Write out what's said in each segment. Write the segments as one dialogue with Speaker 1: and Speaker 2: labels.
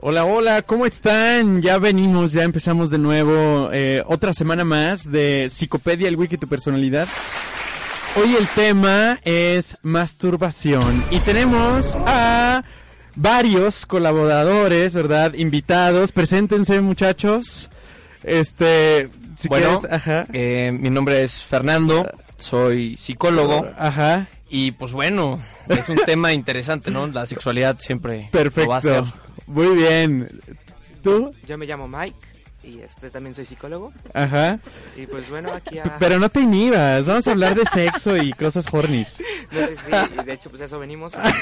Speaker 1: Hola, hola, ¿cómo están? Ya venimos, ya empezamos de nuevo eh, otra semana más de Psicopedia, el Wiki, tu personalidad. Hoy el tema es masturbación y tenemos a varios colaboradores, ¿verdad? Invitados, preséntense muchachos. Este, si
Speaker 2: bueno,
Speaker 1: quieres, ajá.
Speaker 2: eh, mi nombre es Fernando, soy psicólogo
Speaker 1: Ajá,
Speaker 2: y pues bueno, es un tema interesante, ¿no? La sexualidad siempre lo va a ser.
Speaker 1: perfecto. Muy bien. ¿Tú?
Speaker 3: Yo me llamo Mike y este también soy psicólogo.
Speaker 1: Ajá.
Speaker 3: Y pues bueno, aquí a...
Speaker 1: Pero no te inhibas, vamos a hablar de sexo y cosas hornies.
Speaker 3: No sé si, y de hecho, pues a eso venimos. Para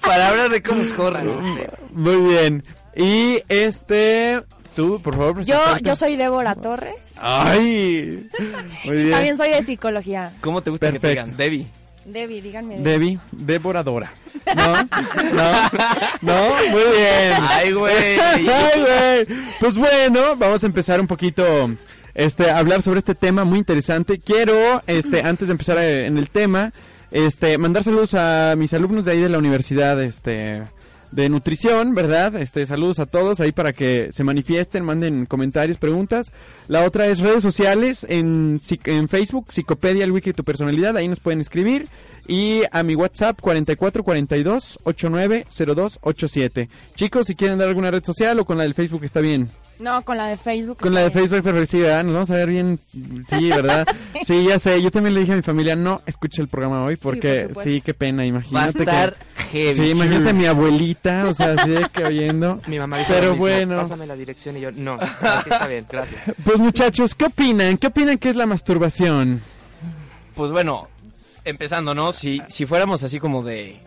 Speaker 2: Para hablar de cosas
Speaker 3: no
Speaker 2: corren.
Speaker 3: sé.
Speaker 1: Muy bien. Y este, tú, por favor.
Speaker 4: Yo,
Speaker 1: preséntate.
Speaker 4: yo soy Débora Torres.
Speaker 1: Ay. Muy bien.
Speaker 4: También soy de psicología.
Speaker 2: ¿Cómo te gusta que te
Speaker 1: Perfecto.
Speaker 2: digan? Debbie.
Speaker 4: Debbie, díganme.
Speaker 1: Debbie, devoradora. No, no, no, muy bien.
Speaker 2: Ay, güey.
Speaker 1: Ay, güey. Pues bueno, vamos a empezar un poquito este a hablar sobre este tema muy interesante. Quiero este antes de empezar eh, en el tema, este mandar saludos a mis alumnos de ahí de la universidad este de nutrición, ¿verdad? Este saludos a todos ahí para que se manifiesten, manden comentarios, preguntas. La otra es redes sociales en psic- en Facebook Psicopedia el wiki de tu personalidad, ahí nos pueden escribir y a mi WhatsApp 4442-890287. Chicos, si quieren dar alguna red social o con la del Facebook está bien.
Speaker 4: No, con la de Facebook.
Speaker 1: Con la de Facebook, pero sí, ¿verdad? Nos vamos a ver bien. Sí, ¿verdad? sí, ya sé. Yo también le dije a mi familia, no escuche el programa hoy porque sí,
Speaker 4: por supuesto.
Speaker 1: qué pena,
Speaker 2: Va a
Speaker 1: imagínate. que-
Speaker 2: estar heavy.
Speaker 1: Sí, imagínate a mi abuelita, o sea, así de que oyendo.
Speaker 3: Mi mamá dijo
Speaker 1: Pero
Speaker 3: lo mismo,
Speaker 1: bueno.
Speaker 3: pásame la dirección y yo, no, así está bien, gracias.
Speaker 1: Pues muchachos, ¿qué opinan? ¿Qué opinan que es la masturbación?
Speaker 2: Pues bueno, empezando, ¿no? Si, si fuéramos así como de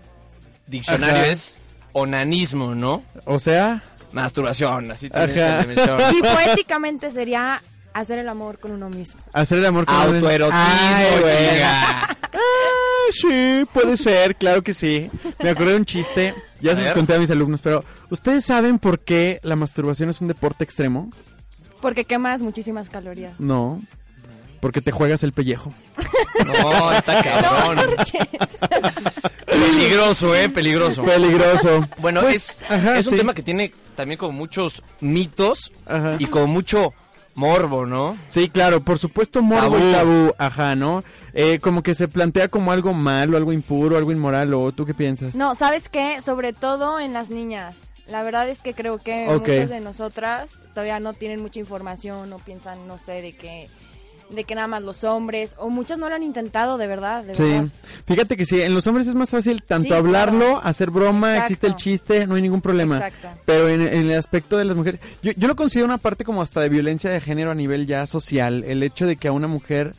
Speaker 2: diccionario
Speaker 1: Ajá.
Speaker 2: es onanismo, ¿no?
Speaker 1: O sea,
Speaker 2: Masturbación, así también
Speaker 1: Ajá.
Speaker 2: está en dimensión.
Speaker 4: Y poéticamente sería hacer el amor con uno mismo.
Speaker 1: hacer el amor con
Speaker 2: Autoerotismo,
Speaker 1: Ay, bueno.
Speaker 2: chinga.
Speaker 1: Ah, sí, puede ser, claro que sí. Me acordé de un chiste, ya
Speaker 2: A
Speaker 1: se los
Speaker 2: ver.
Speaker 1: conté a mis alumnos, pero ¿ustedes saben por qué la masturbación es un deporte extremo?
Speaker 4: Porque quemas muchísimas calorías.
Speaker 1: No, porque te juegas el pellejo.
Speaker 2: No, está cabrón. Peligroso, eh, peligroso.
Speaker 1: Peligroso.
Speaker 2: Bueno,
Speaker 1: Pues,
Speaker 2: es,
Speaker 1: ajá,
Speaker 2: es un
Speaker 1: sí.
Speaker 2: tema que tiene también como muchos mitos
Speaker 1: Ajá.
Speaker 2: y como mucho morbo, ¿no?
Speaker 1: Sí, claro, por supuesto morbo
Speaker 2: Tabú.
Speaker 1: y tabú, ajá, ¿no? Eh, como que se plantea como algo malo, algo impuro, algo inmoral, ¿o tú qué piensas?
Speaker 4: No, ¿sabes qué? Sobre todo en las niñas. La verdad es que creo que
Speaker 1: Ok.
Speaker 4: muchas de nosotras todavía no tienen mucha información o piensan, no sé, de que de que nada más los hombres o muchas no lo han intentado de verdad, de
Speaker 1: Sí,
Speaker 4: verdad.
Speaker 1: fíjate que sí, en los hombres es más fácil tanto
Speaker 4: Sí,
Speaker 1: hablarlo,
Speaker 4: claro.
Speaker 1: hacer broma,
Speaker 4: Exacto.
Speaker 1: existe el chiste, no hay ningún problema.
Speaker 4: Exacto.
Speaker 1: Pero en, en el aspecto de las mujeres, yo, yo lo considero una parte como hasta de violencia de género a nivel ya social, el hecho de que a una mujer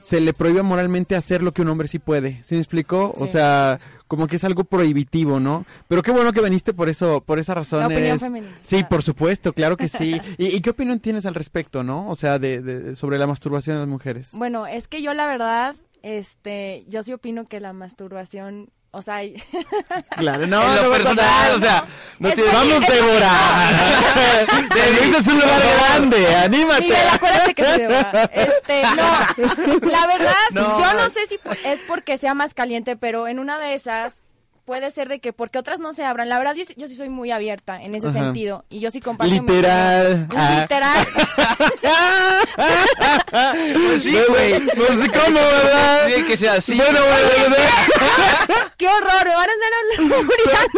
Speaker 1: se le prohíba moralmente hacer lo que un hombre sí puede, ¿sí me explicó? O
Speaker 4: Sí.
Speaker 1: sea, como que es algo prohibitivo, ¿no? Pero qué bueno que viniste por eso, por esa razón.
Speaker 4: La opinión
Speaker 1: eres-
Speaker 4: femenina.
Speaker 1: Sí, por supuesto, claro que sí. ¿Y, y qué opinión tienes al respecto, no? O sea, de, de- sobre la masturbación de las mujeres.
Speaker 4: Bueno, es que yo la verdad, este, yo sí opino que la masturbación, o sea, y-
Speaker 1: Claro, no,
Speaker 2: en lo
Speaker 1: no me
Speaker 2: personal,
Speaker 1: contaras.
Speaker 2: o sea, no
Speaker 4: Es
Speaker 2: tiene...
Speaker 4: que-
Speaker 1: Vamos, Débora. Te es un lugar grande, anímate.
Speaker 4: Miguel, acuérdate que soy de Oaxaca. Este, no. La verdad,
Speaker 2: No.
Speaker 4: yo no sé si po- es porque sea más caliente, pero en una de esas puede ser de que porque otras no se abran. La verdad, yo, sí- yo sí soy muy abierta en ese
Speaker 1: Ajá.
Speaker 4: sentido. Y yo sí comparto. mi
Speaker 1: Literal.
Speaker 4: opinión.
Speaker 1: Ah.
Speaker 4: Literal.
Speaker 2: Pues sí, güey.
Speaker 1: No sé cómo, ¿verdad?
Speaker 2: Tiene que ser así.
Speaker 1: Bueno, bueno, bueno.
Speaker 4: ¡Qué horror! Me van a andar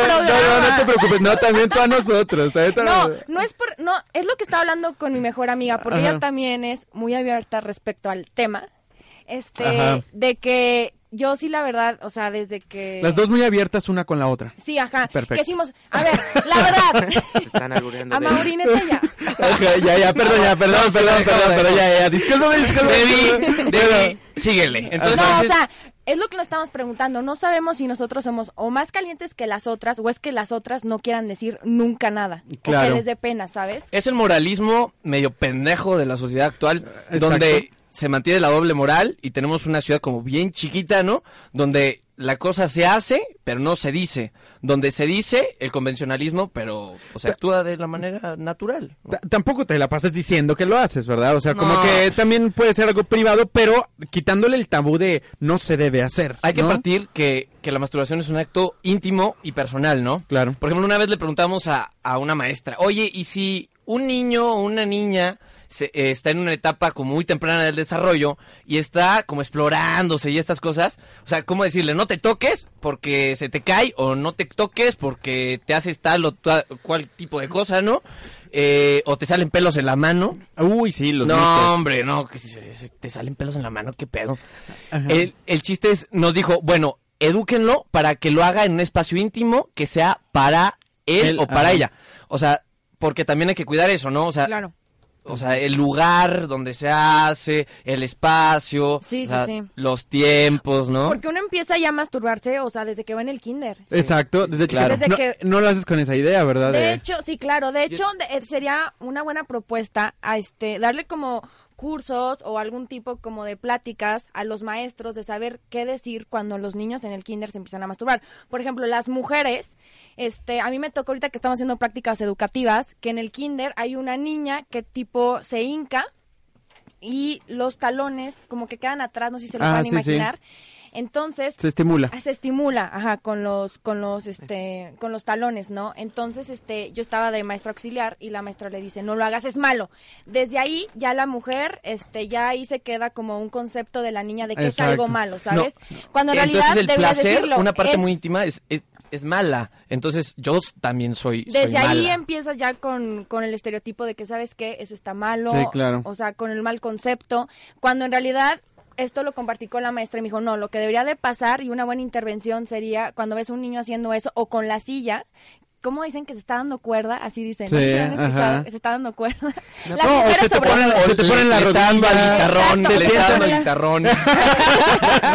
Speaker 4: hablando
Speaker 1: No, no, no, no
Speaker 4: programa.
Speaker 1: te preocupes. No, también tú a nosotros. también tú a
Speaker 4: No,
Speaker 1: nosotros.
Speaker 4: no es por, no, es lo que estaba hablando con mi mejor amiga, porque
Speaker 1: Ajá.
Speaker 4: ella también es muy abierta respecto al tema, este,
Speaker 1: Ajá.
Speaker 4: de que yo sí la verdad, o sea, desde que
Speaker 5: Las dos muy abiertas una con la otra.
Speaker 4: Sí, ajá.
Speaker 5: Perfecto.
Speaker 4: Que hicimos, a ver, la verdad.
Speaker 3: Te están albureando.
Speaker 4: a
Speaker 3: de-
Speaker 4: Maurín es ella.
Speaker 1: Ajá, ya, ya, perdón, ya, perdón, perdón, perdón, pero ya, ya, discúlpame, discúlpame.
Speaker 2: Debbie, Debbie, síguele. Entonces, este,
Speaker 4: No, o sea, es lo que nos estamos preguntando. No sabemos si nosotros somos o más calientes que las otras o es que las otras no quieran decir nunca nada. O
Speaker 1: Claro.
Speaker 4: que les dé pena, ¿sabes?
Speaker 2: es el moralismo medio pendejo de la sociedad actual, donde se mantiene la doble moral y tenemos una ciudad como bien chiquita, ¿no? Donde la cosa se hace, pero no se dice. Donde se dice el convencionalismo, pero o se actúa de la manera natural. ¿no?
Speaker 1: T- Tampoco te la pasas diciendo que lo haces, ¿verdad? O sea, como
Speaker 2: No.
Speaker 1: que también puede ser algo privado, pero quitándole el tabú de no se debe hacer.
Speaker 2: Hay que
Speaker 1: ¿no?
Speaker 2: partir que, que la masturbación es un acto íntimo y personal, ¿no?
Speaker 1: Claro.
Speaker 2: Por ejemplo, una vez le preguntamos a, a una maestra, oye, ¿y si un niño o una niña se- eh, está en una etapa como muy temprana del desarrollo y está como explorándose y estas cosas? O sea, ¿cómo decirle, no te toques porque se te cae o no te toques porque te haces tal o ta- cual tipo de cosa, ¿no? Eh, o te salen pelos en la mano.
Speaker 1: Uy, sí, los
Speaker 2: No,
Speaker 1: mitos.
Speaker 2: hombre, no, que se- se- te salen pelos en la mano, qué pedo. El, el chiste es, nos dijo, bueno, edúquenlo para que lo haga en un espacio íntimo que sea para él
Speaker 1: Él,
Speaker 2: o para
Speaker 1: ajá.
Speaker 2: ella. O sea, porque también hay que cuidar eso, ¿no? O sea,
Speaker 4: Claro.
Speaker 2: o sea, el lugar donde se hace, el espacio,
Speaker 4: Sí, sí,
Speaker 2: o sea,
Speaker 4: sí.
Speaker 2: los tiempos, ¿no?
Speaker 4: Porque uno empieza ya a masturbarse, o sea, desde que va en el kinder.
Speaker 1: Exacto, desde
Speaker 2: Claro.
Speaker 1: claro.
Speaker 4: Desde
Speaker 1: no,
Speaker 4: que-
Speaker 1: no lo haces con esa idea, ¿verdad? eh.
Speaker 4: De hecho, sí, claro. De hecho, de- eh, sería una buena propuesta a este darle como cursos o algún tipo como de pláticas a los maestros de saber qué decir cuando los niños en el kinder se empiezan a masturbar. Por ejemplo, las mujeres, este, a mí me tocó ahorita que estamos haciendo prácticas educativas, que en el kinder hay una niña que tipo se hinca y los talones como que quedan atrás, no sé si se lo
Speaker 1: Ah,
Speaker 4: van a
Speaker 1: sí, sí.
Speaker 4: imaginar. Entonces,
Speaker 1: Se estimula.
Speaker 4: Ah, se estimula, ajá, con los, con los, este, con los talones, ¿no? Entonces, este, yo estaba de maestra auxiliar y la maestra le dice, no lo hagas, es malo. Desde ahí ya la mujer, este, ya ahí se queda como un concepto de la niña de que es
Speaker 1: Exacto.
Speaker 4: algo malo, ¿sabes? Cuando en
Speaker 2: Entonces
Speaker 4: realidad
Speaker 2: el
Speaker 4: debería
Speaker 2: placer,
Speaker 4: decirlo.
Speaker 2: una parte
Speaker 4: es-
Speaker 2: muy íntima, es, es, es mala. Entonces yo s- también soy, soy
Speaker 4: Desde ahí
Speaker 2: mala.
Speaker 4: empieza ya con, con el estereotipo de que, ¿sabes qué? Eso está malo.
Speaker 1: Sí, claro.
Speaker 4: O sea, con el mal concepto. Cuando en realidad esto lo compartí con la maestra y me dijo, no, lo que debería de pasar y una buena intervención sería cuando ves a un niño haciendo eso o con la silla. ¿Cómo dicen que se está dando cuerda? Así dicen. ¿no?
Speaker 1: Sí,
Speaker 4: ¿Sí lo han escuchado?
Speaker 1: ajá.
Speaker 4: Se está dando cuerda. Las
Speaker 1: No, o
Speaker 4: mujeres
Speaker 1: se te
Speaker 4: sobre
Speaker 1: ponen la-
Speaker 2: O
Speaker 1: se te ponen la
Speaker 2: le está dando
Speaker 1: rodilla.
Speaker 2: al guitarrón,
Speaker 4: Exacto,
Speaker 2: le
Speaker 4: se
Speaker 2: está
Speaker 4: te
Speaker 2: dando al
Speaker 4: ponen-
Speaker 2: guitarrón.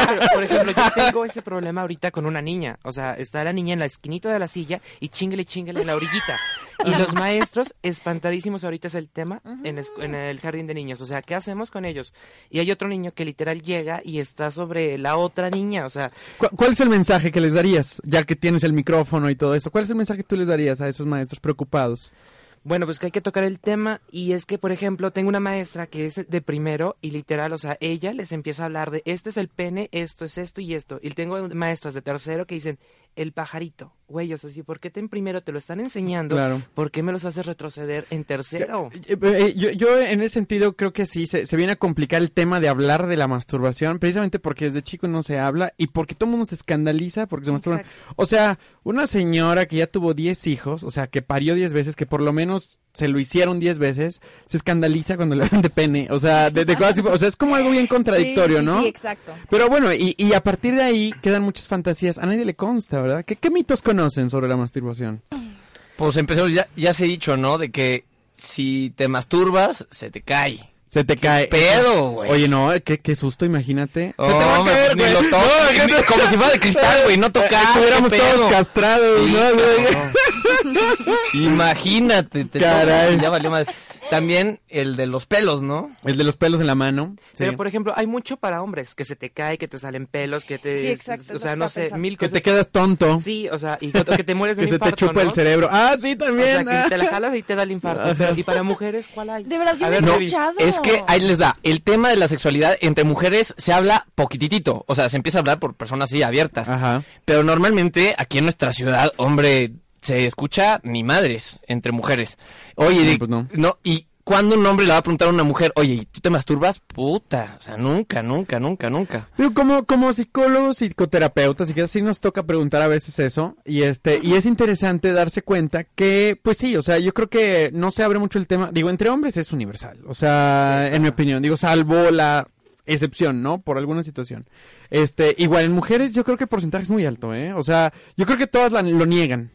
Speaker 3: Pero, por ejemplo, yo tengo ese problema ahorita con una niña. O sea, está la niña en la esquinita de la silla y chingle, chingle en la orillita. Y los maestros, espantadísimos, ahorita es el tema en, la escu- en el jardín de niños. O sea, ¿qué hacemos con ellos? Y hay otro niño que literal llega y está sobre la otra niña. O sea,
Speaker 1: ¿Cu- ¿Cuál es el mensaje que les darías, ya que tienes el micrófono y todo esto? ¿Cuál es el mensaje que tú les darías a esos maestros preocupados?
Speaker 3: Bueno, pues que hay que tocar el tema y es que, por ejemplo, tengo una maestra que es de primero y literal, o sea, ella les empieza a hablar de este es el pene, esto es esto y esto. Y tengo maestras de tercero que dicen el pajarito, güey, o sea, sí, ¿por qué te en primero te lo están enseñando?
Speaker 1: Claro.
Speaker 3: ¿Por qué me los haces retroceder en tercero?
Speaker 1: Eh, eh, Yo, yo en ese sentido creo que sí, se, se viene a complicar el tema de hablar de la masturbación, precisamente porque desde chico no se habla y porque todo el mundo se escandaliza porque se masturban. O sea, una señora que ya tuvo 10 hijos, o sea, que parió 10 veces, que por lo menos se lo hicieron 10 veces, se escandaliza cuando le dan de pene. O sea, de, de cosas así, o sea, es como algo bien contradictorio,
Speaker 4: Sí, sí,
Speaker 1: ¿no?
Speaker 4: Sí, exacto.
Speaker 1: Pero bueno, y, y a partir de ahí quedan muchas fantasías. A nadie le consta, ¿verdad? ¿Qué, qué mitos conocen sobre la masturbación?
Speaker 2: Pues empezamos, ya, ya se ha dicho, ¿no? De que si te masturbas, se te cae.
Speaker 1: Se te cae.
Speaker 2: pedo, güey?
Speaker 1: Oye, no, qué, qué susto, imagínate.
Speaker 2: Oh, hombre, ni lo toques, ni- como si fuera de cristal, güey, no tocar.
Speaker 1: Estuviéramos
Speaker 2: qué
Speaker 1: todos
Speaker 2: pedo.
Speaker 1: castrados, ¿no?
Speaker 2: Imagínate, te
Speaker 1: Caray.
Speaker 2: Ya valió más. También el de los pelos, ¿no?
Speaker 1: El de los pelos en la mano.
Speaker 3: Pero,
Speaker 1: sí.
Speaker 3: por ejemplo, hay mucho para hombres, que se te cae, que te salen pelos, que te...
Speaker 4: Sí, exacto, es lo
Speaker 3: O sea,
Speaker 4: que
Speaker 3: no
Speaker 4: estaba
Speaker 3: sé,
Speaker 4: pensando.
Speaker 3: mil
Speaker 1: que
Speaker 3: cosas.
Speaker 1: te quedas tonto.
Speaker 3: Sí, o sea, y que te mueres de
Speaker 1: que
Speaker 3: un
Speaker 1: se te
Speaker 3: infarto,
Speaker 1: chupa
Speaker 3: ¿no?
Speaker 1: el cerebro. Ah, sí, también.
Speaker 3: O sea,
Speaker 1: ah.
Speaker 3: que te la jalas y te da el infarto. pero- y para mujeres, ¿cuál hay?
Speaker 4: De verdad, yo
Speaker 3: A
Speaker 4: no he
Speaker 3: ver, Rubis,
Speaker 4: escuchado.
Speaker 2: Es que ahí les da, el tema de la sexualidad entre mujeres se habla poquititito, o sea, se empieza a hablar por personas así abiertas.
Speaker 1: Ajá.
Speaker 2: Pero normalmente aquí en nuestra ciudad, hombre, se escucha ni madres entre mujeres. Oye,
Speaker 1: No,
Speaker 2: di-
Speaker 1: pues
Speaker 2: no,
Speaker 1: no.
Speaker 2: y cuando un hombre le va a preguntar a una mujer, oye, ¿y ¿tú te masturbas? Puta, o sea, nunca, nunca, nunca, nunca.
Speaker 1: Digo, como, como psicólogos, psicoterapeutas, y que así nos toca preguntar a veces eso, y este, y es interesante darse cuenta que, pues sí, o sea, yo creo que no se abre mucho el tema, digo, entre hombres es universal, o sea, en mi opinión, digo, salvo la excepción, ¿no? Por alguna situación. Este, igual en mujeres yo creo que el porcentaje es muy alto, ¿eh? O sea, yo creo que todas la- lo niegan.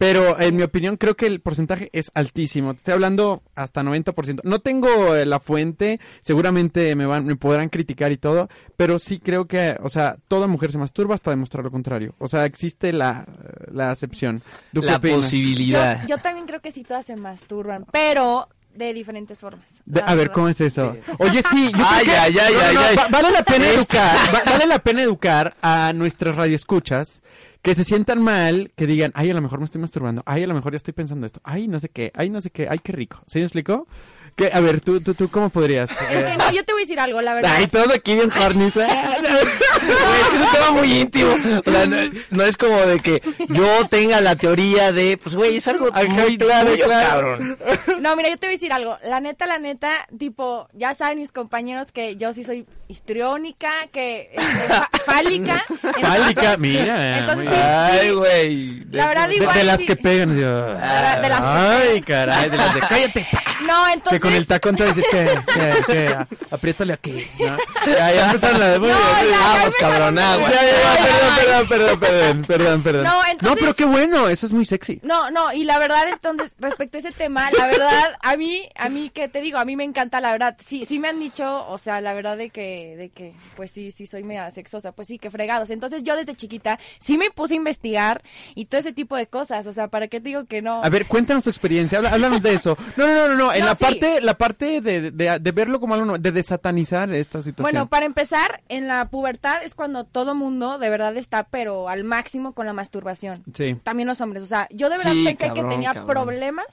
Speaker 1: Pero en mi opinión creo que el porcentaje es altísimo. Te estoy hablando hasta 90%. No tengo eh, la fuente, seguramente me van me podrán criticar y todo, pero sí creo que, o sea, toda mujer se masturba hasta demostrar lo contrario. O sea, existe la, la excepción. ¿Tú qué
Speaker 2: La
Speaker 1: opinas?
Speaker 4: yo,
Speaker 2: posibilidad.
Speaker 4: yo también creo que sí todas se masturban, pero de diferentes formas.
Speaker 1: De-
Speaker 4: la
Speaker 1: a ver,
Speaker 4: verdad.
Speaker 1: ¿cómo es eso? Oye, sí, yo
Speaker 2: Ay,
Speaker 1: creo que-
Speaker 2: ay, ay,
Speaker 1: No, no,
Speaker 2: ay,
Speaker 1: no,
Speaker 2: ay.
Speaker 1: va- vale la pena educar, va- vale la pena educar a nuestras radioescuchas que se sientan mal, que digan, ay, a lo mejor me estoy masturbando, ay, a lo mejor ya estoy pensando esto, ay, no sé qué, ay, no sé qué, ay, qué rico. ¿Sí me explicó? Que, a ver, tú, tú, tú, ¿cómo podrías?
Speaker 4: Es
Speaker 1: Eh,
Speaker 4: que no, yo te voy a decir algo, la verdad.
Speaker 1: ay, todos aquí bien hornies.
Speaker 2: Güey, es que es un tema muy íntimo. O sea, no, no es como de que yo tenga la teoría de, pues, güey, es algo
Speaker 1: Ajá,
Speaker 2: muy
Speaker 1: claro,
Speaker 2: tuyo,
Speaker 1: claro.
Speaker 2: cabrón.
Speaker 4: No, mira, yo te voy a decir algo. La neta, la neta, tipo, ya saben mis compañeros que yo sí soy histriónica, que este, fa- fálica. Entonces-
Speaker 1: Fálica, mira.
Speaker 4: Entonces,
Speaker 1: muy-
Speaker 2: Ay, güey.
Speaker 4: La verdad,
Speaker 1: de,
Speaker 4: igual.
Speaker 1: de las
Speaker 4: sí.
Speaker 1: que pegan. yo.
Speaker 4: Ah, de las que
Speaker 1: ay, caray, de las de cállate.
Speaker 4: No, entonces.
Speaker 1: que con el tacón te va a decir que, que, que, a- apriétale aquí. ¿no? Ya, ya empezaron las de muy
Speaker 4: No,
Speaker 1: bien, muy
Speaker 4: ya,
Speaker 1: bien.
Speaker 4: ya
Speaker 2: Vamos,
Speaker 4: empezaron
Speaker 2: cabrón,
Speaker 4: las-
Speaker 2: agua.
Speaker 1: Ya, ya, ya, perdón, perdón, perdón, perdón, perdón.
Speaker 4: No, entonces-
Speaker 1: No, pero qué bueno, eso es muy sexy.
Speaker 4: No, no, y la verdad entonces, respecto a ese tema, la verdad, a mí, a mí, ¿qué te digo? A mí me encanta, la verdad, sí, sí me han dicho, o sea, la verdad de que, de que, pues sí, sí soy media sexosa, pues sí, que fregados. Entonces yo desde chiquita sí me puse a investigar y todo ese tipo de cosas, o sea, ¿para qué te digo que no?
Speaker 1: A ver, cuéntanos tu experiencia, habla- háblanos de eso. No, no, no, no, no, en
Speaker 4: No,
Speaker 1: la
Speaker 4: sí.
Speaker 1: parte, la parte de, de, de verlo como algo, no- de desatanizar esta situación.
Speaker 4: Bueno, para empezar, en la pubertad es cuando todo mundo de verdad está, pero al máximo con la masturbación.
Speaker 1: Sí.
Speaker 4: También los hombres. O sea, yo de verdad
Speaker 2: Sí,
Speaker 4: pensé
Speaker 2: cabrón,
Speaker 4: que tenía
Speaker 2: cabrón.
Speaker 4: problemas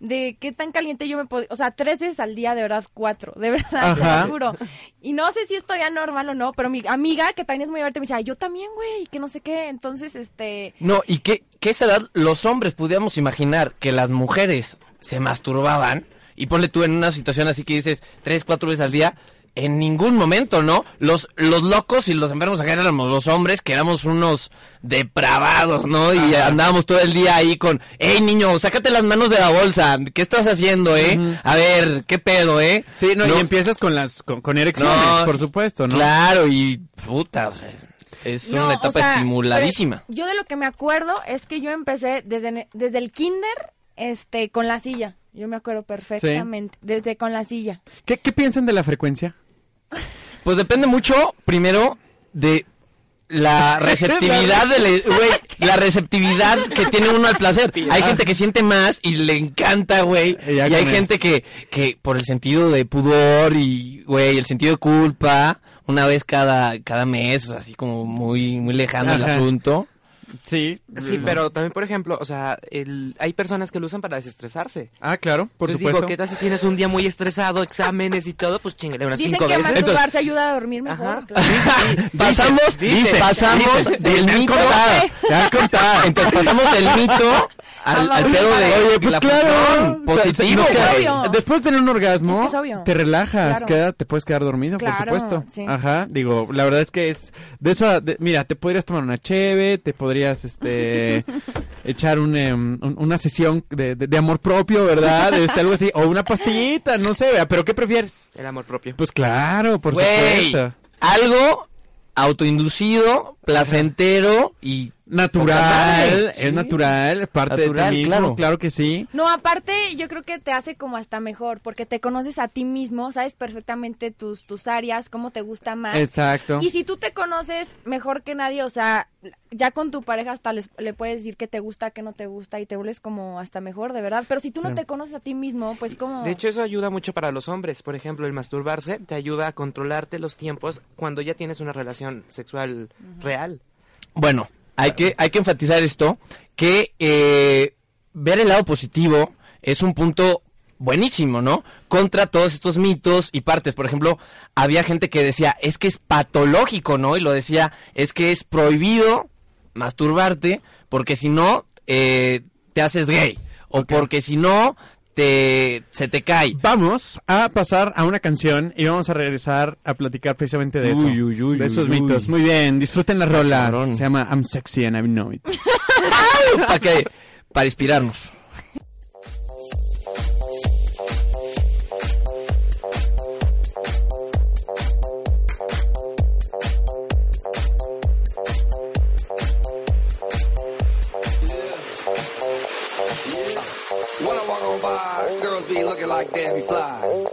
Speaker 4: de qué tan caliente yo me podía. O sea, tres veces al día, de verdad, cuatro. De verdad,
Speaker 1: Ajá.
Speaker 4: te lo juro. Y no sé si esto ya normal o no, pero mi amiga, que también es muy abierta, me decía, "Ay, yo también, güey, que no sé qué. Entonces, este.
Speaker 2: No, y que, que esa edad los hombres pudiéramos imaginar que las mujeres se masturbaban y ponle tú en una situación así que dices tres, cuatro veces al día. En ningún momento, ¿no? Los, los locos y los enfermos acá éramos los hombres que éramos unos depravados, ¿no? Y andábamos todo el día ahí con, hey niño, sácate las manos de la bolsa, ¿qué estás haciendo, eh? A ver, ¿qué pedo, eh?
Speaker 1: Sí, no, y empiezas con las, con, con erecciones,
Speaker 2: No,
Speaker 1: por supuesto, ¿no?
Speaker 2: Claro, y puta, o sea, es
Speaker 4: No,
Speaker 2: una
Speaker 4: o
Speaker 2: etapa
Speaker 4: sea,
Speaker 2: estimuladísima.
Speaker 4: pero Yo de lo que me acuerdo es que yo empecé desde, ne- desde el kinder este, con la silla. Yo me acuerdo perfectamente. Desde con la silla.
Speaker 1: ¿Qué, ¿Qué piensan de la frecuencia?
Speaker 2: Pues depende mucho, primero, de la receptividad de la, güey, la receptividad que tiene uno al placer. Hay gente que siente más y le encanta, güey.
Speaker 1: Y
Speaker 2: Y
Speaker 1: ya
Speaker 2: hay
Speaker 1: con
Speaker 2: gente que, que por el sentido de pudor y, güey, el sentido de culpa, una vez cada, cada mes, así como muy, muy lejano el
Speaker 1: Ajá.
Speaker 2: asunto.
Speaker 1: Sí.
Speaker 3: Sí, pero también, por ejemplo, o sea, el- hay personas que lo usan para desestresarse.
Speaker 1: Ah, claro, por
Speaker 3: Entonces
Speaker 1: supuesto.
Speaker 3: digo, ¿qué tal si tienes un día muy estresado, exámenes y todo? Pues chingale unas
Speaker 4: Dicen
Speaker 3: cinco
Speaker 4: que
Speaker 3: veces.
Speaker 4: masturbarse ayuda a dormir mejor.
Speaker 3: Ajá.
Speaker 4: claro.
Speaker 2: pasamos,
Speaker 1: dice,
Speaker 2: pasamos
Speaker 1: dice.
Speaker 2: del
Speaker 1: Me han
Speaker 2: mito.
Speaker 1: contado, me han contado.
Speaker 2: Entonces pasamos del mito al, al pedo de
Speaker 1: Oye, pues
Speaker 2: la
Speaker 1: claro.
Speaker 2: función positivo,
Speaker 1: Sí, no,
Speaker 2: güey.
Speaker 1: claro.
Speaker 4: Obvio.
Speaker 1: Después de tener un orgasmo,
Speaker 4: Es que es obvio.
Speaker 1: te relajas,
Speaker 4: Claro.
Speaker 1: queda- te puedes quedar dormido, por
Speaker 4: Claro,
Speaker 1: supuesto.
Speaker 4: sí.
Speaker 1: Ajá, digo, la verdad es que es de eso, a- de- mira, te podrías tomar una cheve, te podrías, este, echar un, em, un- una sesión de, de- de amor propio, ¿verdad? Este, algo así, o una pastillita, no sé, vea, pero ¿qué prefieres?
Speaker 3: El amor propio.
Speaker 1: Pues claro, por
Speaker 2: Güey,
Speaker 1: supuesto.
Speaker 2: algo autoinducido placentero y
Speaker 1: Natural,
Speaker 2: Sí.
Speaker 1: es natural, es parte de
Speaker 2: Natural,
Speaker 1: ti mismo, claro.
Speaker 2: claro.
Speaker 1: que sí.
Speaker 4: No, aparte yo creo que te hace como hasta mejor, porque te conoces a ti mismo, sabes perfectamente tus, tus áreas, cómo te gusta más.
Speaker 1: Exacto.
Speaker 4: Y si tú te conoces mejor que nadie, o sea, ya con tu pareja hasta les- le puedes decir que te gusta, que no te gusta y te vuelves como hasta mejor, de verdad. Pero si tú no
Speaker 1: Sí.
Speaker 4: te conoces a ti mismo, pues como...
Speaker 3: De hecho, eso ayuda mucho para los hombres. Por ejemplo, el masturbarse te ayuda a controlarte los tiempos cuando ya tienes una relación sexual real.
Speaker 2: Bueno, hay que, hay que enfatizar esto, que eh, ver el lado positivo es un punto buenísimo, ¿no? Contra todos estos mitos y partes. Por ejemplo, había gente que decía, es que es patológico, ¿no? Y lo decía, es que es prohibido masturbarte porque si no, eh, te haces gay. O porque si no, te, se te cae.
Speaker 1: Vamos a pasar a una canción y vamos a regresar a platicar precisamente de eso.
Speaker 2: Uy, uy, uy,
Speaker 1: de esos
Speaker 2: uy, uy.
Speaker 1: mitos. Muy bien, disfruten la rola.
Speaker 2: Cabrón.
Speaker 1: Se llama I'm Sexy and I Know It.
Speaker 2: para que para inspirarnos.
Speaker 6: When I walk on by, girls be looking like Debbie Fly.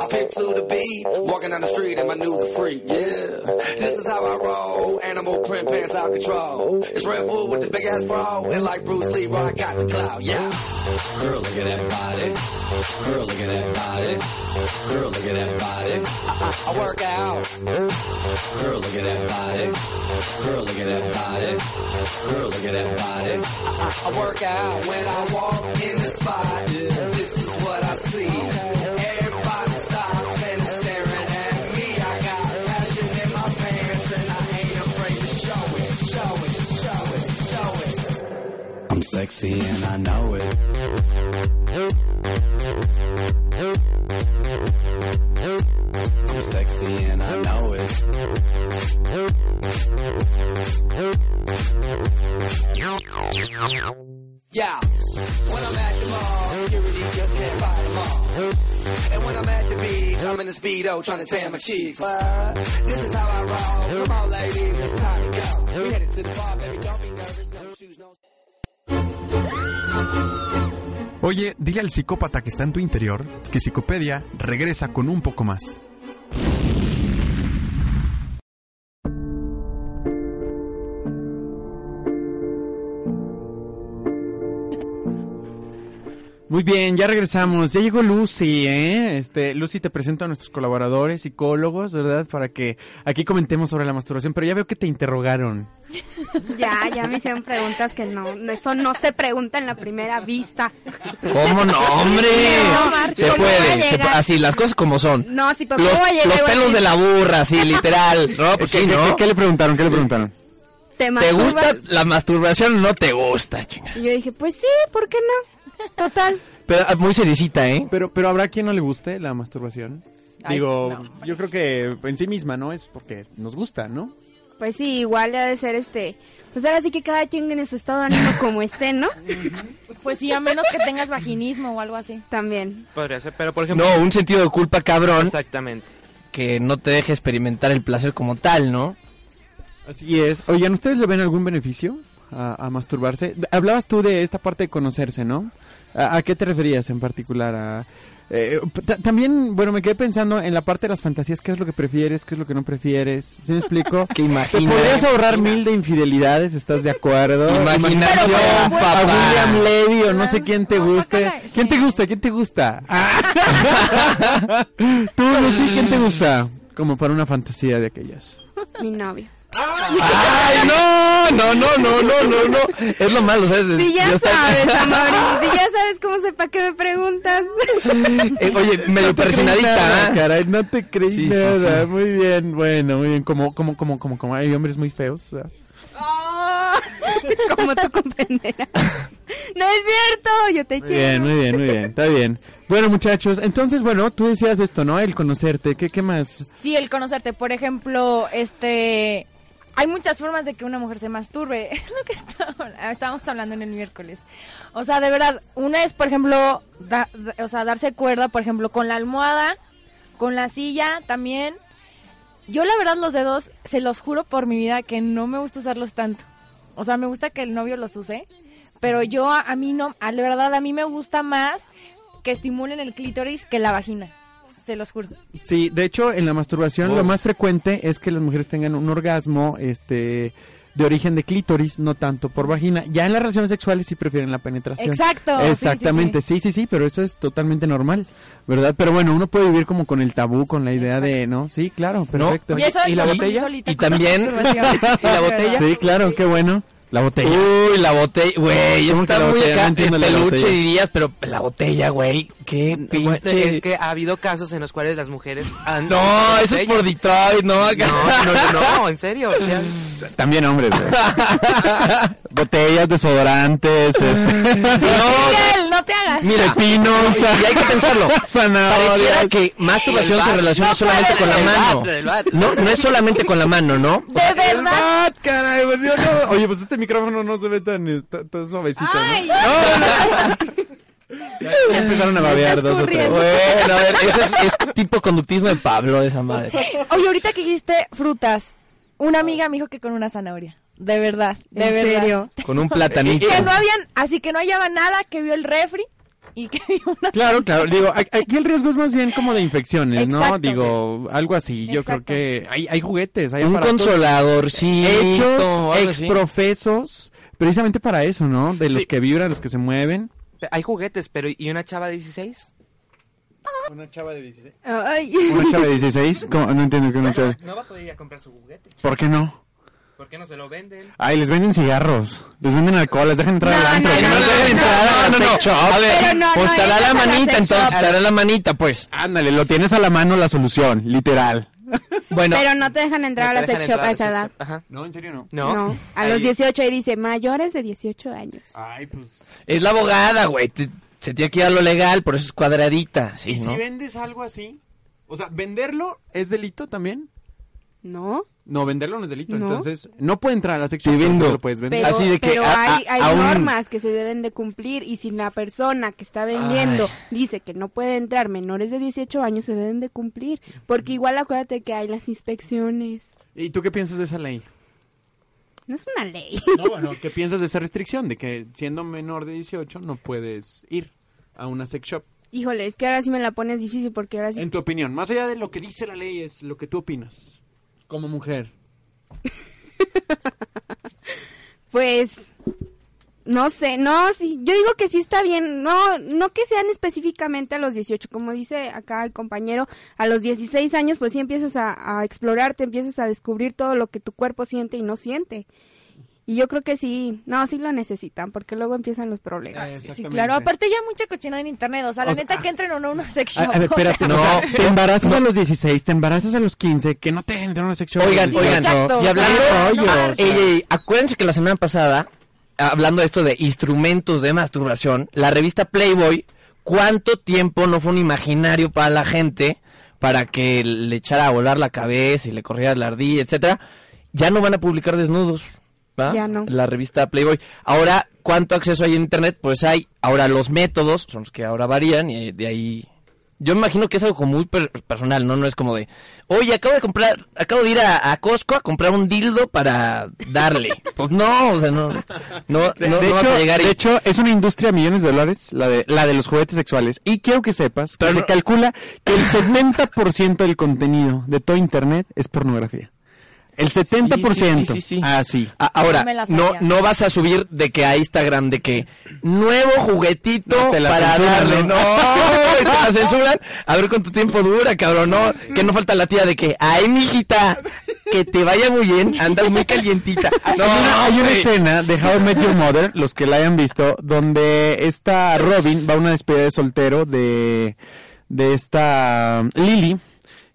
Speaker 6: I pick to the beat, walking down the street and my new the freak, yeah. This is how I roll, animal print pants out control. It's Red Bull with the big ass bra, and like Bruce Lee, I got the clout, yeah. Girl, look at that body. Girl, look at that body. Girl, look at that body. I, I, I work out. Girl, look at that body. Girl, look at that body. Girl, look at that body. I, I, I work out when I walk in the spot. yeah, This is what I see. Everybody stops and is staring at me. I got passion in my pants and I ain't afraid to show it, show it, show it, show it. I'm sexy and I know it. I'm sexy and I know it. Yeah. When I'm at the mall, security just can't buy them all. And when I'm at the beach, I'm in a speedo trying to tan my cheeks. What? This is how I roll. Come on, ladies, it's time to go. We headed to the bar, baby. Don't be nervous. No shoes, no.
Speaker 5: Oye, dile al psicópata que está en tu interior que Psicopedia regresa con un poco más.
Speaker 1: Muy bien, ya regresamos. Ya llegó Lucy, ¿eh? Este, Lucy te presento a nuestros colaboradores, psicólogos, ¿verdad? Para que aquí comentemos sobre la masturbación, pero ya veo que te interrogaron.
Speaker 7: Ya, ya me hicieron preguntas que no, no, eso no se pregunta en la primera vista.
Speaker 2: ¿Cómo no, hombre?
Speaker 7: No, Marco,
Speaker 2: se
Speaker 7: no va a
Speaker 2: puede, se
Speaker 7: llegar.
Speaker 2: pu- así las cosas como son.
Speaker 7: No, si papá
Speaker 2: Los,
Speaker 7: va a llegar,
Speaker 2: los
Speaker 7: va a
Speaker 2: pelos
Speaker 7: decir,
Speaker 2: de la burra, sí, literal. No, pues sí,
Speaker 1: ¿Qué-
Speaker 2: ¿no?
Speaker 1: qué- qué le preguntaron? ¿Qué le preguntaron?
Speaker 7: ¿te
Speaker 2: ¿Te
Speaker 7: masturbas?
Speaker 2: gusta la masturbación o no te gusta, chinga?
Speaker 7: Y yo dije, pues sí, ¿por qué no? Total.
Speaker 2: Pero ah, muy sericita, ¿eh?
Speaker 1: Pero, pero habrá quien no le guste la masturbación.
Speaker 4: Ay,
Speaker 1: Digo,
Speaker 4: no.
Speaker 1: yo creo que en sí misma, ¿no? Es porque nos gusta, ¿no?
Speaker 7: Pues sí, igual ha de ser este. Pues ahora sí que cada quien en su estado de ánimo como esté, ¿no?
Speaker 4: Pues sí, a menos que tengas vaginismo o algo así.
Speaker 7: También.
Speaker 3: Podría ser, pero por ejemplo...
Speaker 2: No, un sentido de culpa cabrón
Speaker 3: Exactamente.
Speaker 2: que no te deja experimentar el placer como tal, ¿no?
Speaker 1: Así es. Oigan, ¿ustedes le ven algún beneficio a, a masturbarse? D- Hablabas tú de esta parte de conocerse, ¿no? ¿A, a qué te referías en particular? A, eh, p- ta- también, bueno, me quedé pensando en la parte de las fantasías, qué es lo que prefieres, qué es lo que no prefieres. ¿Sí me explico?
Speaker 2: Que
Speaker 1: Te
Speaker 2: imagina.
Speaker 1: podrías ahorrar mil de infidelidades, ¿estás de acuerdo?
Speaker 2: Imaginación,
Speaker 1: Imagínate
Speaker 2: papá.
Speaker 1: A William Levy o no sé quién te
Speaker 4: No,
Speaker 1: guste.
Speaker 4: guácala,
Speaker 1: ¿Quién te
Speaker 4: sí.
Speaker 1: gusta? ¿Quién te gusta? Ah. Tú, Lucy, ¿quién te gusta? Como para una fantasía de aquellas.
Speaker 7: Mi novio.
Speaker 2: ¡Ay, no! No, no, no, no, no, no. Es lo malo, ¿sabes?
Speaker 7: Sí, ya,
Speaker 2: Ya está-
Speaker 7: sabes, amor. Si ya sabes cómo sé para qué me preguntas.
Speaker 2: Eh, oye, medio
Speaker 1: te creí
Speaker 2: presionadita,
Speaker 1: nada,
Speaker 2: ¿ah?
Speaker 1: Caray, no te creí
Speaker 2: Sí, sí,
Speaker 1: nada.
Speaker 2: sí.
Speaker 1: Muy bien, bueno, muy bien. Como, como, como, como, como hay hombres muy feos. ¿verdad?
Speaker 7: como tú comprenderás. No es cierto, yo te
Speaker 1: Muy
Speaker 7: quiero.
Speaker 1: bien, muy bien, muy bien. Está bien. Bueno, muchachos, entonces, bueno, tú decías esto, ¿no? El conocerte. ¿Qué, qué más?
Speaker 4: Sí, el conocerte, por ejemplo, este... Hay muchas formas de que una mujer se masturbe. Es lo que estábamos, estábamos hablando en el miércoles. O sea, de verdad, una es, por ejemplo, da- da- o sea, darse cuerda, por ejemplo, con la almohada, con la silla también. Yo la verdad los dedos, se los juro por mi vida que no me gusta usarlos tanto. O sea, me gusta que el novio los use, pero yo a, a mí no, a la verdad a mí me gusta más que estimulen el clítoris que la vagina. Se los juro.
Speaker 1: Sí, de hecho, en la masturbación
Speaker 2: Oh.
Speaker 1: lo más frecuente es que las mujeres tengan un orgasmo este de origen de clítoris, no tanto por vagina. Ya en las relaciones sexuales sí prefieren la penetración.
Speaker 4: Exacto. sí, sí,
Speaker 1: Exactamente,
Speaker 4: sí.
Speaker 1: sí, sí, sí, pero eso es totalmente normal, ¿verdad? Pero bueno, uno puede vivir como con el tabú, con la idea de, ¿no? Sí, claro, perfecto.
Speaker 4: Y eso
Speaker 2: ¿Y la
Speaker 4: lo aprendí
Speaker 2: botella?
Speaker 4: solita
Speaker 2: ¿Y
Speaker 4: con
Speaker 2: también?
Speaker 4: la masturbación.
Speaker 2: ¿Y la botella?
Speaker 1: Sí, claro, qué bueno. La botella.
Speaker 2: Uy, la botella, güey,
Speaker 1: ¿Cómo que
Speaker 2: está
Speaker 1: la
Speaker 2: muy
Speaker 1: botella? No
Speaker 2: acá, el
Speaker 1: entiendo la
Speaker 2: peluche
Speaker 1: botella.
Speaker 2: dirías, pero la botella, güey, qué
Speaker 3: Bueno,
Speaker 2: pinche...
Speaker 3: Es que ha habido casos en los cuales las mujeres han...
Speaker 2: No, eso es por Detroit, no, acá.
Speaker 3: No, no, no, no, en serio. o sea,
Speaker 1: También hombres, güey. Botellas, desodorantes, este.
Speaker 4: Sí, Miguel, no te hagas.
Speaker 2: Mira,
Speaker 1: Pinos,
Speaker 2: y hay que pensarlo.
Speaker 1: zanahorias.
Speaker 2: Pareciera que masturbación se
Speaker 3: bat.
Speaker 2: relaciona solamente con la
Speaker 3: el
Speaker 2: mano.
Speaker 3: bat, el bat.
Speaker 2: No, no es solamente con la mano, ¿no?
Speaker 4: De verdad.
Speaker 1: Ah, caray, pues yo no- Oye, pues este micrófono no se ve tan, eh, tan, tan suavecito, ¿no?
Speaker 4: Ay,
Speaker 1: Ya empezaron a babear dos o tres.
Speaker 4: escurriendo.
Speaker 2: Bueno, a ver, eso es, es tipo conductismo de Pablo, esa madre.
Speaker 4: Oye, ahorita que dijiste frutas, una amiga me dijo que con una zanahoria. De verdad, de
Speaker 7: ¿En
Speaker 4: verdad.
Speaker 7: serio?
Speaker 2: Con un platanito.
Speaker 4: Que no habían, así que no hallaba nada, que vio el refri y que vio una
Speaker 1: Claro, claro. Digo, a- aquí el riesgo es más bien como de infecciones, ¿no?
Speaker 4: Exacto,
Speaker 1: Digo, algo así. Yo
Speaker 4: Exacto.
Speaker 1: creo que hay, hay juguetes, hay
Speaker 2: Un
Speaker 1: aparatos
Speaker 2: consolador, sí.
Speaker 1: hechos exprofesos precisamente para eso, ¿no? De los
Speaker 3: Sí.
Speaker 1: que vibran, los que se mueven.
Speaker 3: Hay juguetes, pero ¿y una chava de 16?
Speaker 1: Una chava de 16.
Speaker 7: Ay.
Speaker 1: Una chava de 16. ¿Cómo? No entiendo que una chava.
Speaker 3: No va a poder ir a comprar su juguete.
Speaker 1: ¿Por qué no?
Speaker 3: ¿Por qué no se lo venden?
Speaker 1: Ay, les venden cigarros, les venden alcohol, les dejan entrar
Speaker 7: No,
Speaker 1: al antro.
Speaker 7: no,
Speaker 1: que
Speaker 7: no,
Speaker 1: les dejan
Speaker 7: no,
Speaker 1: entrar al sex shop.
Speaker 2: A ver,
Speaker 7: Pero no,
Speaker 2: pues
Speaker 7: no,
Speaker 2: estará
Speaker 7: esa
Speaker 2: la
Speaker 7: es a la
Speaker 2: manita,
Speaker 7: sex
Speaker 2: entonces,
Speaker 7: shop.
Speaker 2: estará la manita, pues.
Speaker 1: Ándale, lo tienes a la mano la solución, literal.
Speaker 2: Bueno,
Speaker 7: Pero no te dejan entrar
Speaker 3: No
Speaker 7: a la
Speaker 3: te
Speaker 7: sex
Speaker 3: dejan
Speaker 7: shop
Speaker 3: entrar
Speaker 7: a
Speaker 3: la
Speaker 7: esa edad.
Speaker 3: sex shop. Ajá.
Speaker 1: No, en serio no.
Speaker 3: No.
Speaker 7: No, a los
Speaker 3: Ahí-
Speaker 7: 18 ahí dice mayores de 18 años.
Speaker 4: Ah.
Speaker 1: Ay, pues.
Speaker 2: es la abogada, güey. te- Se tiene que ir a lo legal, por eso es cuadradita, sí, ¿no?
Speaker 1: Si vendes algo así, o sea, venderlo es delito también.
Speaker 7: No,
Speaker 1: No, venderlo no es delito,
Speaker 7: No.
Speaker 1: entonces no puede entrar a la sección.
Speaker 2: vendo.
Speaker 1: lo puedes vender.
Speaker 7: pero,
Speaker 2: Así de que
Speaker 7: pero
Speaker 2: a- a-
Speaker 7: hay, hay
Speaker 2: a un-
Speaker 7: normas que se deben de cumplir y si la persona que está vendiendo
Speaker 2: Ay.
Speaker 7: dice que no puede entrar menores de 18 años se deben de cumplir, porque igual acuérdate que hay las inspecciones.
Speaker 1: ¿Y tú qué piensas de esa ley?
Speaker 7: No es una ley.
Speaker 1: No, bueno, ¿qué piensas de esa restricción de que siendo menor de 18 no puedes ir a una sex shop?
Speaker 7: Híjole, es que ahora sí me la pones difícil porque ahora sí
Speaker 1: En tu opinión, más allá de lo que dice la ley, es lo que tú opinas como mujer.
Speaker 7: Pues no sé, no, sí, yo digo que sí está bien, no no que sean específicamente a los 18, como dice acá el compañero, a los 16 años pues sí empiezas a, a explorarte, empiezas a descubrir todo lo que tu cuerpo siente y no siente. Y yo creo que sí, no, sí lo necesitan, porque luego empiezan los problemas.
Speaker 4: Sí, claro. Aparte ya mucha cochinada en internet. Ah, O sea, la neta que entren o no a una sex
Speaker 1: A,
Speaker 4: shop,
Speaker 1: a ver,
Speaker 4: o sea,
Speaker 1: espérate, no, te embarazas a los 16, te embarazas a los 15, que no te entren a una sex shop.
Speaker 2: Oigan,
Speaker 1: Sí,
Speaker 2: oigan,
Speaker 4: exacto,
Speaker 2: y
Speaker 4: o
Speaker 2: hablando,
Speaker 4: sea, no
Speaker 2: Oye,
Speaker 4: marcha.
Speaker 2: ey, ey, acuérdense que la semana pasada, hablando de esto de instrumentos de masturbación, la revista Playboy, ¿cuánto tiempo no fue un imaginario para la gente para que le echara a volar la cabeza y le corriera la ardilla, etcétera? Ya no van a publicar desnudos. ¿va?
Speaker 7: Ya no.
Speaker 2: La revista Playboy. Ahora, ¿cuánto acceso hay en internet? Pues hay. Ahora los métodos son los que ahora varían y de ahí yo me imagino que es algo como muy per- personal, ¿no? No es como de, oye, acabo de comprar, acabo de ir a, a Costco a comprar un dildo para darle. pues no, o sea, no, no, no,
Speaker 1: De,
Speaker 2: no
Speaker 1: de
Speaker 2: vas
Speaker 1: hecho,
Speaker 2: a llegar y...
Speaker 1: de hecho, es una industria de millones de dólares, la de, la de los juguetes sexuales. Y quiero que sepas que
Speaker 2: Pero
Speaker 1: se
Speaker 2: no-
Speaker 1: calcula que el 70% del contenido de todo Internet es pornografía. El 70%.
Speaker 2: Sí, sí, sí, sí, sí.
Speaker 1: Así.
Speaker 2: A- Ahora,
Speaker 4: No me la
Speaker 2: no,
Speaker 4: sabía.
Speaker 2: no vas a subir de que a Instagram de que nuevo juguetito
Speaker 1: No, te la
Speaker 2: para
Speaker 1: censuran,
Speaker 2: darle.
Speaker 1: ¿no?
Speaker 2: No, te la censuran. A ver cuánto tiempo dura, cabrón. No, que no falta la tía de que, ay, mijita, que te vaya muy bien, andas muy calientita. No,
Speaker 1: hay una, hay una
Speaker 2: güey.
Speaker 1: escena de How I Met Your Mother, los que la hayan visto, donde esta Robin va a una despedida de soltero de, de esta um, Lily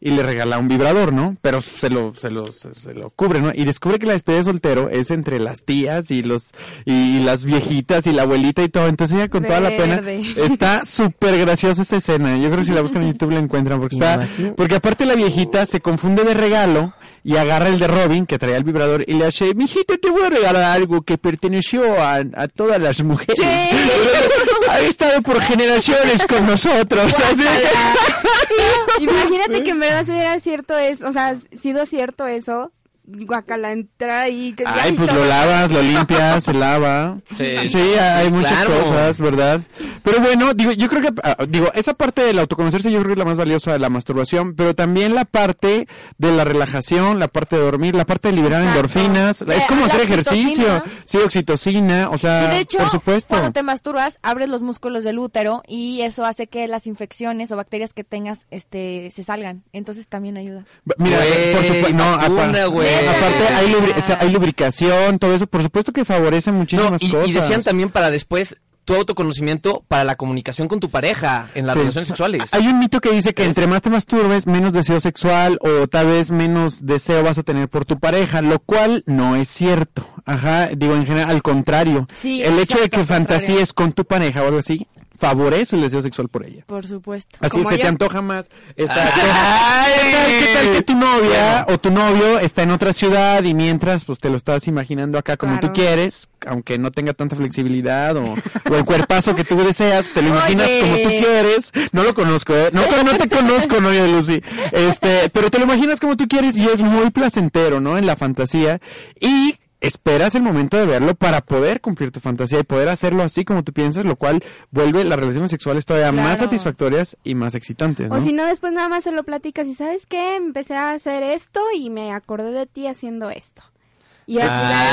Speaker 1: y le regala un vibrador, ¿no? Pero se lo, se lo, se, se lo cubre, ¿no? Y descubre que la despedida de soltero es entre las tías y los, y, las viejitas y la abuelita y todo. Entonces ella con toda la pena
Speaker 7: Verde.
Speaker 1: está súper graciosa esta escena. Yo creo que si la buscan en YouTube la encuentran porque está, porque aparte la viejita se confunde de regalo y agarra el de Robin que traía el vibrador y le hace, mijito, te voy a regalar algo que perteneció a, a todas las mujeres. ha estado por generaciones con nosotros. así
Speaker 7: Imagínate que en verdad si hubiera cierto eso, o sea, sido cierto eso, guacala, entrar ahí. que-
Speaker 1: Ay,
Speaker 7: y
Speaker 1: pues
Speaker 7: todo.
Speaker 1: lo lavas, lo limpias, se lava.
Speaker 2: Sí.
Speaker 1: Sí, hay
Speaker 2: Sí,
Speaker 1: muchas
Speaker 2: claro.
Speaker 1: cosas, ¿verdad? Pero bueno, digo, yo creo que, ah, digo, esa parte del autoconocerse yo creo que es la más valiosa de la masturbación, pero también la parte de la relajación, la parte de dormir, la parte de liberar
Speaker 4: Exacto.
Speaker 1: endorfinas,
Speaker 4: Eh,
Speaker 1: es como
Speaker 4: la
Speaker 1: hacer
Speaker 4: oxitocina.
Speaker 1: ejercicio, sí, oxitocina, o sea,
Speaker 4: Y de hecho,
Speaker 1: Ah, por supuesto.
Speaker 4: cuando te masturbas, abres los músculos del útero y eso hace que las infecciones o bacterias que tengas este se salgan. Entonces también ayuda.
Speaker 1: B- Mira,
Speaker 2: Güey,
Speaker 1: por supuesto, no, apa-
Speaker 2: vacuna, güey.
Speaker 1: aparte hay, lubri- o sea, hay lubricación, todo eso, por supuesto que favorece
Speaker 2: No,
Speaker 1: muchísimas
Speaker 2: y,
Speaker 1: cosas.
Speaker 2: y decían también para después tu autoconocimiento para la comunicación con tu pareja en las
Speaker 1: Sí.
Speaker 2: relaciones sexuales.
Speaker 1: Hay un mito que dice que entre más te masturbes, menos deseo sexual o tal vez menos deseo vas a tener por tu pareja, lo cual no es cierto. Ajá, digo en general, al contrario.
Speaker 4: Sí,
Speaker 1: el hecho de
Speaker 4: exacto,
Speaker 1: que
Speaker 4: al contrario.
Speaker 1: fantasíes con tu pareja o algo así favorece el deseo sexual por ella.
Speaker 4: Por supuesto.
Speaker 1: Así
Speaker 7: Como
Speaker 1: se
Speaker 7: yo.
Speaker 1: te antoja más. Esta-
Speaker 2: Ay.
Speaker 1: ¿Qué, tal, qué tal que tu novia o tu novio está en otra ciudad y mientras pues te lo estás imaginando acá como
Speaker 7: Claro.
Speaker 1: tú quieres, aunque no tenga tanta flexibilidad o, o el cuerpazo que tú deseas, te lo imaginas
Speaker 7: Oye.
Speaker 1: como tú quieres. No lo conozco, ¿eh? no, no te conozco, novia de Lucy. Este, pero te lo imaginas como tú quieres y es muy placentero, ¿no? En la fantasía y Esperas el momento de verlo para poder cumplir tu fantasía y poder hacerlo así como tú piensas, lo cual vuelve las relaciones sexuales todavía más
Speaker 4: Claro.
Speaker 1: satisfactorias y más excitantes. ¿no?
Speaker 7: O si no, después nada más se lo platicas y sabes qué, empecé a hacer esto y me acordé de ti haciendo esto. Y al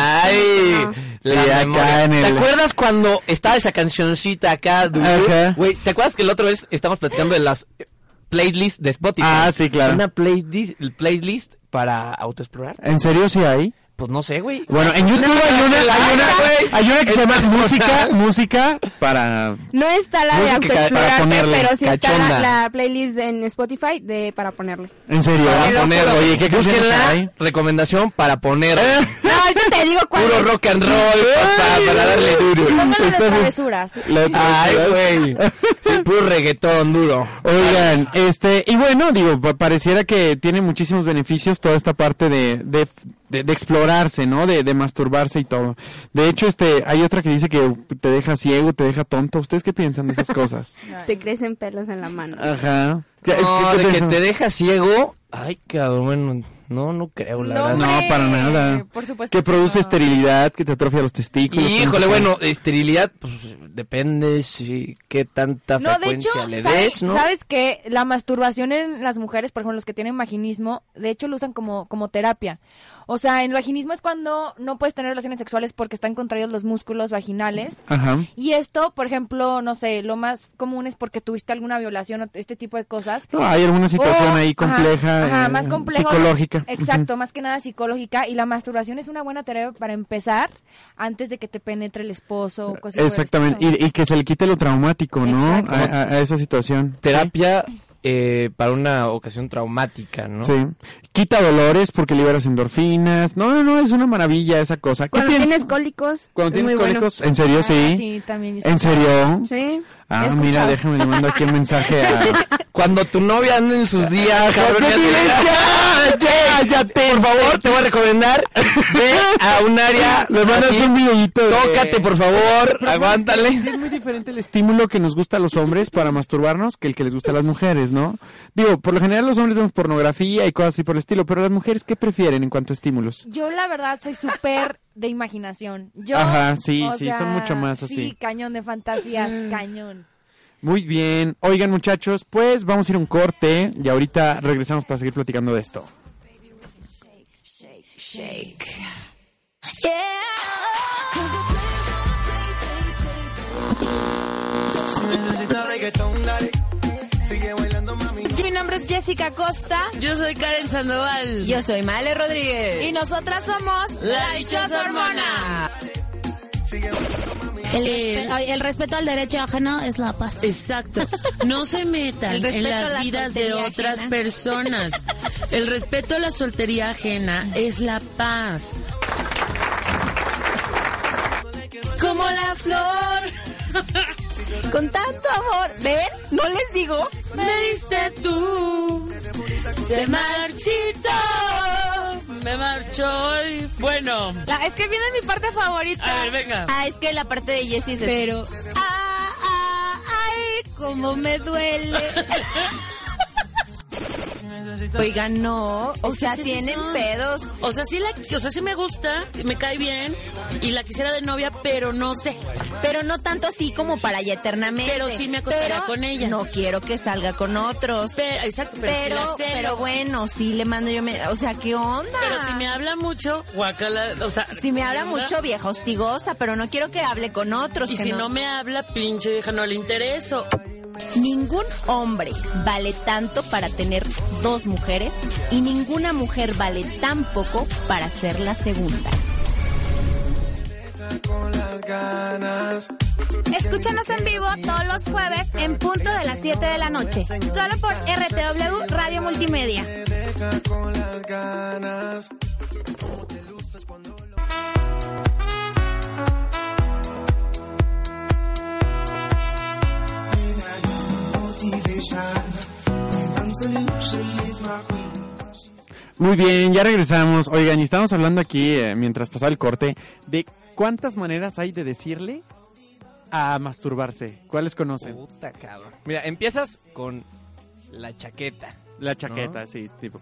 Speaker 2: Ay,
Speaker 7: final, no.
Speaker 2: la
Speaker 1: Sí, acá
Speaker 2: memoria.
Speaker 1: en
Speaker 2: ¿Te
Speaker 1: el-
Speaker 2: acuerdas cuando estaba esa cancioncita acá? du-
Speaker 1: Ajá.
Speaker 2: Güey, ¿te acuerdas que la otra vez estamos platicando de las eh, playlists de Spotify?
Speaker 1: Ah, sí, claro.
Speaker 2: Una playlist, playlist para autoexplorar.
Speaker 1: ¿En serio sí hay?
Speaker 2: Pues no sé, güey.
Speaker 1: Bueno, en YouTube hay una, hay una, hay una que se llama música, música para...
Speaker 7: No está la de
Speaker 1: Música para
Speaker 7: autoexplorarte,
Speaker 1: ponerle,
Speaker 7: pero sí
Speaker 1: cachonda.
Speaker 7: está la, la playlist en Spotify de para ponerle.
Speaker 1: En serio, ¿ah?
Speaker 2: Para poner,
Speaker 1: oye, ¿qué canciones hay?
Speaker 2: Búsquenla, Eh. recomendación para poner
Speaker 7: No, ahorita te digo cuál
Speaker 2: puro
Speaker 7: es.
Speaker 2: rock and roll, papá, para darle duro.
Speaker 4: Póngalo de
Speaker 1: Está bien.
Speaker 4: travesuras.
Speaker 1: La otra
Speaker 2: Ay,
Speaker 1: vez,
Speaker 2: güey. Sí, puro reggaetón duro.
Speaker 1: Oigan, este, y bueno, digo, pa- pareciera que tiene muchísimos beneficios toda esta parte de, de, de- de explorarse, ¿no? De, de masturbarse y todo. De hecho, este, hay otra que dice que te deja ciego, te deja tonto. ¿Ustedes qué piensan de esas cosas?
Speaker 7: Te crecen pelos en la mano.
Speaker 1: Ajá. ¿Qué-
Speaker 2: No,
Speaker 1: qué- qué
Speaker 2: de que
Speaker 1: piensan?
Speaker 2: te deja ciego. Ay, cabrón, bueno, no, no creo, la verdad.
Speaker 1: No,
Speaker 4: hombre,
Speaker 1: para nada.
Speaker 4: Por supuesto.
Speaker 1: que produce
Speaker 4: no.
Speaker 1: esterilidad, que te atrofia los testículos. que pues, no sé
Speaker 2: Híjole,
Speaker 1: qué.
Speaker 2: bueno, esterilidad, pues depende si qué tanta
Speaker 4: No, de hecho,
Speaker 2: frecuencia le
Speaker 4: ¿sabe-
Speaker 2: des, ¿no?
Speaker 4: ¿sabes que La masturbación en las mujeres, por ejemplo, los que tienen vaginismo, de hecho lo usan como, como terapia. O sea, el vaginismo es cuando no puedes tener relaciones sexuales porque están contraídos los músculos vaginales.
Speaker 1: Ajá.
Speaker 4: Y esto, por ejemplo, no sé, lo más común es porque tuviste alguna violación o este tipo de cosas.
Speaker 1: No, hay alguna situación
Speaker 4: O-
Speaker 1: ahí compleja,
Speaker 4: Oh, ajá, ajá,
Speaker 1: eh,
Speaker 4: más complejo,
Speaker 1: psicológica.
Speaker 4: Exacto, más que nada psicológica. Y la masturbación es una buena tarea para empezar antes de que te penetre el esposo. o cosas por el
Speaker 1: Exactamente,
Speaker 4: estilo.
Speaker 1: y, y que se le quite lo traumático, ¿no? A,
Speaker 4: Exacto.
Speaker 1: a- a esa situación.
Speaker 2: Terapia eh, para una ocasión traumática, ¿no?
Speaker 1: Sí. Quita dolores porque liberas endorfinas. No, no, no, es una maravilla esa cosa. ¿Qué
Speaker 7: Cuando
Speaker 1: piensas?
Speaker 7: tienes cólicos,
Speaker 1: Cuando
Speaker 7: es
Speaker 1: tienes
Speaker 7: muy bueno.
Speaker 1: cólicos, ¿en serio?
Speaker 4: Ah,
Speaker 1: sí.
Speaker 4: sí, también.
Speaker 1: ¿En serio?
Speaker 7: Sí.
Speaker 1: Ah,
Speaker 4: He
Speaker 1: mira,
Speaker 4: escuchado.
Speaker 1: déjame, le mando aquí un mensaje a...
Speaker 2: Cuando tu novia anda en sus días, cabrón,
Speaker 1: ¡No
Speaker 2: ya
Speaker 1: tienes
Speaker 2: se-
Speaker 1: ya! ¡Ya, ya te!
Speaker 2: Por favor, te voy a recomendar, ve a un área,
Speaker 1: Le mandas
Speaker 2: así,
Speaker 1: un videíto. de-
Speaker 2: tócate, por favor, aguántale.
Speaker 1: Sí, es muy diferente el estímulo que nos gusta a los hombres para masturbarnos que el que les gusta a las mujeres, ¿no? Digo, por lo general los hombres vemos pornografía y cosas así por el estilo, pero las mujeres, ¿qué prefieren en cuanto a estímulos?
Speaker 4: Yo, la verdad, soy súper de imaginación. Yo,
Speaker 1: Ajá, sí,
Speaker 4: o
Speaker 1: sí, son mucho más así.
Speaker 4: Sí, cañón de fantasías, cañón.
Speaker 1: Muy bien. Oigan, muchachos, pues vamos a ir a un corte y ahorita regresamos para seguir platicando de esto.
Speaker 8: Mi nombre es Jessica Costa.
Speaker 9: Yo soy Karen Sandoval.
Speaker 8: Yo soy Male Rodríguez.
Speaker 9: y nosotras somos
Speaker 8: La dichosa hormona. El, respe- ay, el respeto al derecho ajeno es la paz.
Speaker 9: Exacto. No se
Speaker 8: El
Speaker 9: metan
Speaker 8: respeto
Speaker 9: en
Speaker 8: a
Speaker 9: las
Speaker 8: la
Speaker 9: vidas de
Speaker 8: soltería
Speaker 9: otras
Speaker 8: ajena.
Speaker 9: personas. El respeto a la soltería ajena es la paz.
Speaker 8: Como la flor. Con tanto amor. ¿Ven? No les digo.
Speaker 9: Me diste tú, se marchito, me marchó y bueno.
Speaker 8: La- es que viene mi parte favorita.
Speaker 9: A ver, venga.
Speaker 8: Ah, es que la parte de Jessy es Pero. Ah, ah. como me duele. Oigan, no, o
Speaker 9: Es que
Speaker 8: sea,
Speaker 9: sí es
Speaker 8: tienen
Speaker 9: eso.
Speaker 8: pedos.
Speaker 9: O sea, sí la, o sea, sí me gusta, me cae bien y la quisiera de novia, pero no sé.
Speaker 8: Pero no tanto así como para ya eternamente.
Speaker 9: Pero sí me acostaría
Speaker 8: Pero
Speaker 9: con ella.
Speaker 8: No quiero que salga con otros.
Speaker 9: Pero, exacto, pero, si
Speaker 8: Pero,
Speaker 9: la celo,
Speaker 8: pero bueno, sí le mando yo. me- o sea, ¿qué onda?
Speaker 9: pero si me habla mucho, guacala, o sea,
Speaker 8: Si me habla
Speaker 9: ¿verdad?
Speaker 8: mucho, vieja hostigosa, pero no quiero que hable con otros.
Speaker 9: y
Speaker 8: que
Speaker 9: si no.
Speaker 8: no
Speaker 9: me habla, pinche vieja, no le intereso.
Speaker 8: Ningún hombre vale tanto para tener dos mujeres y ninguna mujer vale tan poco para ser la segunda.
Speaker 10: Escúchanos en vivo todos los jueves en punto de las 7 de la noche, solo por RTW Radio Multimedia.
Speaker 1: Muy bien, ya regresamos. Oigan, y estábamos hablando aquí, eh, mientras pasaba el corte, de cuántas maneras hay de decirle a masturbarse. ¿Cuáles conocen?
Speaker 2: Puta cabrón. Mira, empiezas con la chaqueta.
Speaker 1: La chaqueta, sí, tipo.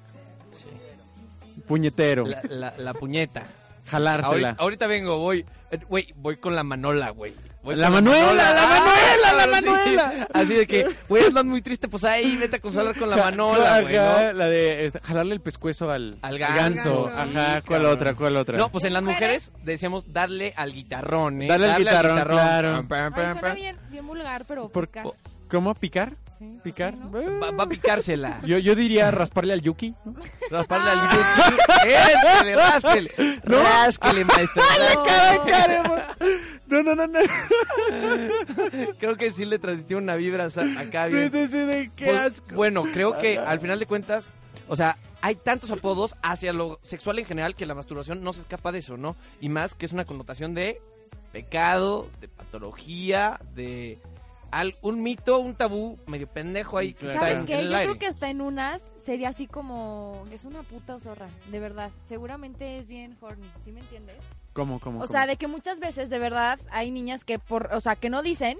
Speaker 1: Puñetero.
Speaker 2: La, la- la puñeta.
Speaker 1: Jalársela.
Speaker 2: Ahorita, ahorita vengo, voy. eh, Güey, voy con la Manola, güey. Voy
Speaker 1: La
Speaker 2: con
Speaker 1: Manuela, la
Speaker 2: Ah,
Speaker 1: Manuela, la
Speaker 2: sí.
Speaker 1: Manuela.
Speaker 2: Así de que, güey, andas muy triste, pues ahí, vete a consolar con la Manola,
Speaker 1: Ajá,
Speaker 2: güey, ¿no?
Speaker 1: La de este, jalarle el pescuezo al,
Speaker 2: Al
Speaker 1: al
Speaker 2: ganso,
Speaker 1: ganso.
Speaker 2: sí,
Speaker 1: Ajá, ¿cuál
Speaker 2: cabrón.
Speaker 1: otra? ¿Cuál otra?
Speaker 2: No, pues en las mujeres decíamos darle al guitarrón, ¿eh?
Speaker 1: Darle al guitarrón, claro.
Speaker 2: Pam, pam,
Speaker 4: Ay,
Speaker 2: pam,
Speaker 4: suena
Speaker 2: pam.
Speaker 4: bien, bien vulgar, pero
Speaker 1: Por-
Speaker 4: pica.
Speaker 1: ¿Cómo? ¿Picar?
Speaker 4: Sí,
Speaker 1: ¿Picar?
Speaker 4: sí, ¿no?
Speaker 1: Eh,
Speaker 2: Va, va a picársela.
Speaker 1: Yo, yo diría rasparle al Yuki. ¿no?
Speaker 2: Rasparle al Este guitarrón. Échale, rásquele. Rásquele, maestro.
Speaker 1: No, no, no, no.
Speaker 2: Creo que sí le transmitió una vibra sa- acá
Speaker 1: Sí,
Speaker 2: bien.
Speaker 1: sí, sí, de qué
Speaker 2: Pues,
Speaker 1: asco.
Speaker 2: Bueno, creo que al final de cuentas, o sea, hay tantos apodos hacia lo sexual en general que la masturbación no se escapa de eso, ¿no? Y más que es una connotación de pecado, de patología, de al- un mito, un tabú medio pendejo ahí que está
Speaker 4: ¿Sabes
Speaker 2: en,
Speaker 4: qué?
Speaker 2: en el
Speaker 4: Yo
Speaker 2: aire.
Speaker 4: creo que hasta en unas sería así como... Es una puta zorra, de verdad. Seguramente es bien horny, ¿sí me entiendes?
Speaker 1: ¿Cómo, cómo?
Speaker 4: O sea, de que muchas veces de verdad hay niñas que por, o sea, que no dicen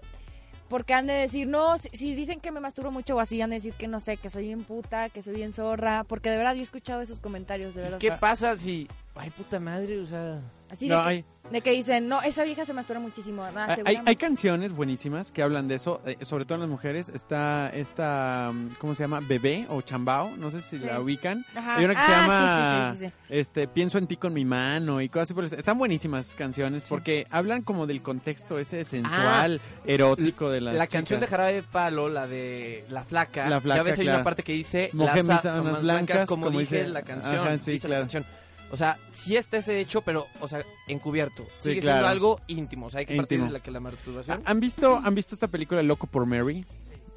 Speaker 4: porque han de decir, no, si, si dicen que me masturbo mucho o así, han de decir que no sé, que soy bien puta, que soy bien zorra, porque de verdad yo he escuchado esos comentarios, de verdad.
Speaker 2: ¿Qué pasa si... Ay, puta madre, o sea...
Speaker 4: Así
Speaker 1: No,
Speaker 4: de, que,
Speaker 1: hay,
Speaker 4: de que dicen, no, esa vieja se masturba muchísimo, ah,
Speaker 1: hay- hay,
Speaker 4: seguramente.
Speaker 1: canciones buenísimas que hablan de eso, eh, sobre todo en las mujeres. Está esta, mm, ¿cómo se llama? Bebé o Chambao, no sé si
Speaker 4: Sí.
Speaker 1: la ubican.
Speaker 4: Ajá.
Speaker 1: Hay una que se
Speaker 4: Ah,
Speaker 1: llama
Speaker 4: sí, sí, sí, sí,
Speaker 1: Este, Pienso en ti con mi mano y cosas así. Por el est- Están buenísimas canciones porque hablan como del contexto ese
Speaker 4: Ah.
Speaker 1: sensual, erótico de la
Speaker 2: La canción de
Speaker 1: chica.
Speaker 2: Jarabe de Palo, la de La Flaca.
Speaker 1: La Flaca,
Speaker 2: Ya ves, hay
Speaker 1: claro.
Speaker 2: una parte que dice
Speaker 1: Mojé mis
Speaker 2: Las a-
Speaker 1: sábanas
Speaker 2: más
Speaker 1: blancas,
Speaker 2: como,
Speaker 1: como
Speaker 2: dije
Speaker 1: dice-
Speaker 2: la canción.
Speaker 1: Ajá, sí,
Speaker 2: dice la
Speaker 1: claro.
Speaker 2: canción. O sea, sí está ese hecho, pero, o sea, encubierto.
Speaker 1: Sí,
Speaker 2: Sigue
Speaker 1: claro.
Speaker 2: siendo algo íntimo. O sea, hay que partir
Speaker 1: Íntimo.
Speaker 2: de la que la masturbación.
Speaker 1: ¿Han visto, ¿Han visto esta película Loco por Mary?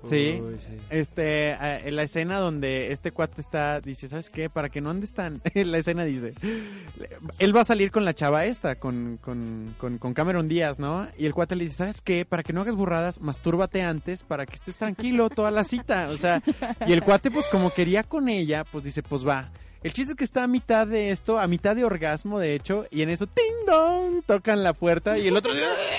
Speaker 1: Sí. Este, eh, en la escena donde este cuate está, dice, ¿sabes qué? Para que no andes tan... la escena dice, le- él va a salir con la chava esta, con, con, con, con Cameron Díaz, ¿no? Y el cuate le dice, ¿sabes qué? Para que no hagas burradas, mastúrbate antes para que estés tranquilo toda la cita. O sea, y el cuate pues como quería con ella, pues dice, pues va. El chiste es que está a mitad de esto, a mitad de orgasmo, de hecho, y en eso, ting dong, tocan la puerta y el otro...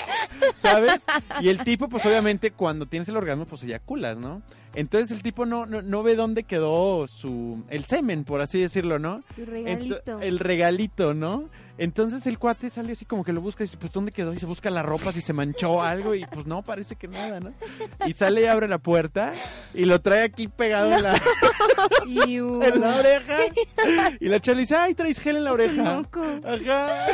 Speaker 1: "Ah", ¿Sabes? Y el tipo, pues obviamente, cuando tienes el orgasmo, pues eyaculas, ¿no? Entonces el tipo no, no, no ve dónde quedó su... el semen, por así decirlo, ¿no?
Speaker 10: Tu
Speaker 1: Ento- el regalito, ¿no? Entonces el cuate sale así como que lo busca y dice, pues ¿dónde quedó? Y se busca la ropa, si se manchó algo y pues no, parece que nada, ¿no? Y sale y abre la puerta y lo trae aquí pegado en, la,
Speaker 4: sí. Y, uh,
Speaker 1: en la oreja. Y la chava le dice, ay, traes gel en la oreja. Ajá.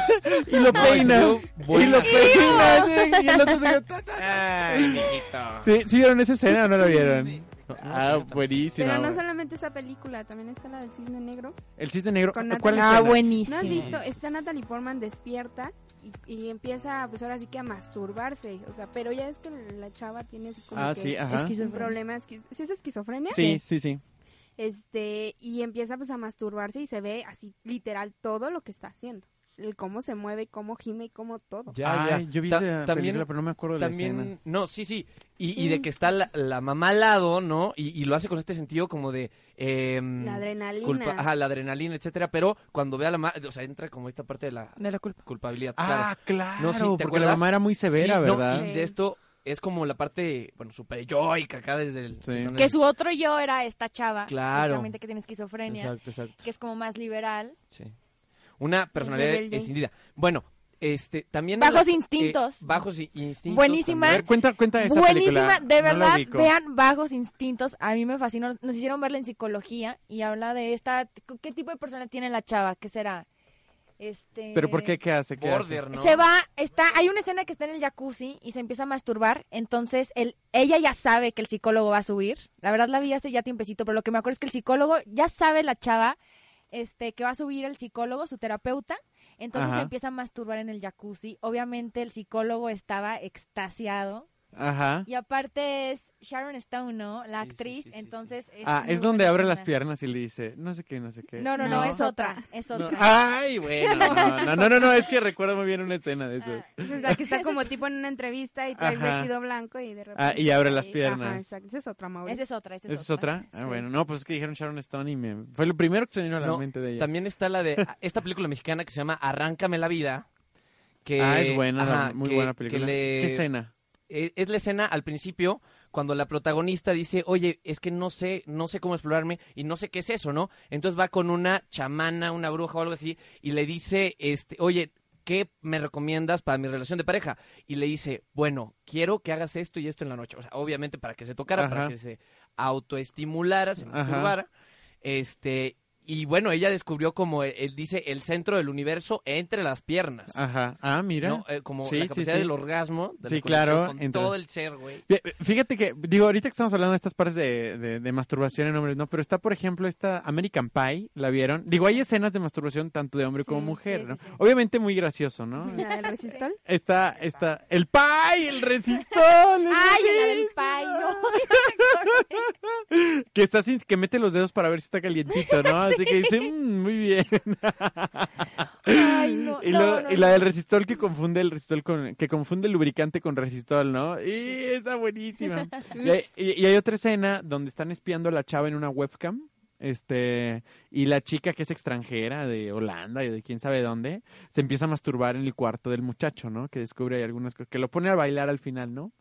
Speaker 1: Y lo peina. y lo peina. sí, Y el otro se queda, "Ta, ta, ta".
Speaker 2: Ay, mijito.
Speaker 1: ¿Sí, ¿Sí vieron esa escena o no la vieron? Ah, buenísima.
Speaker 7: Pero no
Speaker 1: güey.
Speaker 7: solamente esa película, también está la del cisne negro.
Speaker 1: El cisne negro.
Speaker 7: Con Natalie-
Speaker 1: ¿Cuál es
Speaker 4: Ah,
Speaker 1: la-
Speaker 7: ¿No
Speaker 4: buenísimo.
Speaker 7: has visto? Está Natalie Portman despierta y, y empieza, pues ahora sí que a masturbarse. O sea, pero ya es que la chava tiene así como
Speaker 1: Ah,
Speaker 7: que
Speaker 1: sí, ajá.
Speaker 7: un problema. esquiz- ¿Sí es esquizofrenia?
Speaker 1: Sí, sí, sí.
Speaker 7: Este, y empieza pues a masturbarse y se ve así literal todo lo que está haciendo. El cómo se mueve, cómo gime y cómo todo.
Speaker 1: Ay, yo vi
Speaker 2: Ta-
Speaker 1: esa
Speaker 2: también-
Speaker 1: película, pero no me acuerdo de la escena.
Speaker 2: También, no, sí, sí. Y,
Speaker 4: Mm.
Speaker 2: y de que está la, la mamá al lado, ¿no? Y, y lo hace con este sentido como de... em,
Speaker 7: La adrenalina.
Speaker 2: culpa- ajá, la adrenalina, etcétera. Pero cuando ve a la mamá, o sea, entra como esta parte de la
Speaker 4: De la culpa.
Speaker 2: culpabilidad. claro.
Speaker 1: Ah, claro.
Speaker 2: No, sí, ¿te
Speaker 1: porque la
Speaker 2: acuerdas?
Speaker 1: mamá era muy severa,
Speaker 2: Sí, no,
Speaker 1: ¿verdad?
Speaker 2: y de esto es como la parte, bueno, super yoica acá desde el...
Speaker 9: Sí.
Speaker 4: Que su otro yo era esta chava.
Speaker 2: Claro.
Speaker 4: Precisamente que tiene esquizofrenia.
Speaker 2: Exacto, exacto.
Speaker 4: Que es como más liberal.
Speaker 2: Sí. Una personalidad
Speaker 4: rebelde.
Speaker 2: escindida. Bueno, este, también...
Speaker 4: Bajos
Speaker 2: eh,
Speaker 4: instintos.
Speaker 2: bajos i- instintos.
Speaker 4: Buenísima.
Speaker 9: A ver, cuenta, cuenta esa
Speaker 4: Buenísima,
Speaker 9: película.
Speaker 4: de
Speaker 9: No la
Speaker 4: verdad,
Speaker 9: ubico.
Speaker 4: vean Bajos Instintos, a mí me fascinó, nos hicieron verla en psicología y habla de esta, qué tipo de persona tiene la chava, qué será, este...
Speaker 9: ¿Pero por qué? ¿Qué hace? ¿Qué hace?
Speaker 2: Border, ¿no?
Speaker 4: Se va, está, hay una escena que está en el jacuzzi y se empieza a masturbar, entonces el, ella ya sabe que el psicólogo va a subir. La verdad la vi hace ya tiempecito, pero lo que me acuerdo es que el psicólogo ya sabe la chava, este, que va a subir el psicólogo, su terapeuta. Entonces
Speaker 9: Ajá.
Speaker 4: se empieza a masturbar en el jacuzzi. Obviamente el psicólogo estaba extasiado.
Speaker 9: Ajá.
Speaker 4: Y aparte es Sharon Stone, ¿no? La
Speaker 2: Sí, sí,
Speaker 4: actriz.
Speaker 2: sí, sí, sí.
Speaker 4: entonces es
Speaker 9: Ah,
Speaker 4: muy
Speaker 9: es donde
Speaker 4: buena
Speaker 9: abre las
Speaker 4: escena.
Speaker 9: piernas y le dice, no sé qué, no sé qué.
Speaker 4: No, no, no, es otra, es
Speaker 9: No.
Speaker 4: otra.
Speaker 9: Ay, bueno. No no, no, no, no, no, es que recuerdo muy bien una escena
Speaker 4: Ah,
Speaker 9: de eso.
Speaker 1: Esa es la que está como tipo en una entrevista y trae el
Speaker 9: Ajá.
Speaker 1: vestido blanco y de repente...
Speaker 9: Ah, y abre las
Speaker 1: Ajá,
Speaker 9: piernas.
Speaker 1: exacto. Esa es otra, Mauricio.
Speaker 4: Esa es otra, esa
Speaker 9: ¿Esa es otra? Ah, bueno, no, pues es que dijeron Sharon Stone y me... Fue lo primero que se vino a la
Speaker 2: No,
Speaker 9: mente de ella.
Speaker 2: También está la de esta película mexicana que se llama Arráncame la vida. Que,
Speaker 9: ah, es buena,
Speaker 2: Eh,
Speaker 9: la-
Speaker 2: ajá,
Speaker 9: muy
Speaker 2: que-
Speaker 9: buena
Speaker 2: que
Speaker 9: película.
Speaker 2: le-
Speaker 9: ¿Qué escena?
Speaker 2: es, e, es la escena al principio cuando la protagonista dice, oye, es que no sé, no sé cómo explorarme y no sé qué es eso, ¿no? Entonces va con una chamana, una bruja o algo así y le dice, este, oye, ¿qué me recomiendas para mi relación de pareja? Y le dice, bueno, quiero que hagas esto y esto en la noche. O sea, obviamente para que se tocara, para
Speaker 9: Ajá.
Speaker 2: que se autoestimulara, se
Speaker 9: Ajá.
Speaker 2: masturbara. Este, y bueno, ella descubrió como él, él dice, el centro del universo entre las piernas.
Speaker 9: Ajá. Ah, mira.
Speaker 2: ¿no? Eh, como
Speaker 9: Sí,
Speaker 2: la
Speaker 9: sí,
Speaker 2: capacidad
Speaker 9: sí.
Speaker 2: del orgasmo, de la
Speaker 9: Sí,
Speaker 2: conexión
Speaker 9: claro,
Speaker 2: con
Speaker 9: entre-
Speaker 2: todo el ser, güey.
Speaker 9: Fí- Fíjate que, digo, ahorita que estamos hablando de estas partes de, de- de masturbación en hombres, ¿no? Pero está, por ejemplo, esta American Pie, ¿la vieron? Digo, hay escenas de masturbación tanto de hombre como mujer,
Speaker 1: sí,
Speaker 9: ¿no?
Speaker 1: sí, sí.
Speaker 9: Obviamente muy gracioso, ¿no?
Speaker 1: ¿La del resistol?
Speaker 9: Está, está, el pie, el resistol. es
Speaker 4: Ay, la del
Speaker 9: buenísimo.
Speaker 4: pay, no.
Speaker 9: Que está sin, que mete los dedos para ver si está calientito, ¿no? Así que dice, "Mm, muy bien.
Speaker 4: Ay, no,
Speaker 9: y,
Speaker 4: no,
Speaker 9: lo-
Speaker 4: no,
Speaker 9: y
Speaker 4: no.
Speaker 9: la del resistol que confunde el resistol con, que confunde el lubricante con resistol, ¿no? Y está buenísima. y, hay- y- y hay otra escena donde están espiando a la chava en una webcam. Este, y la chica que es extranjera de Holanda y de quién sabe dónde, se empieza a masturbar en el cuarto del muchacho, ¿no? Que descubre ahí algunas cosas, que lo pone a bailar al final, ¿no?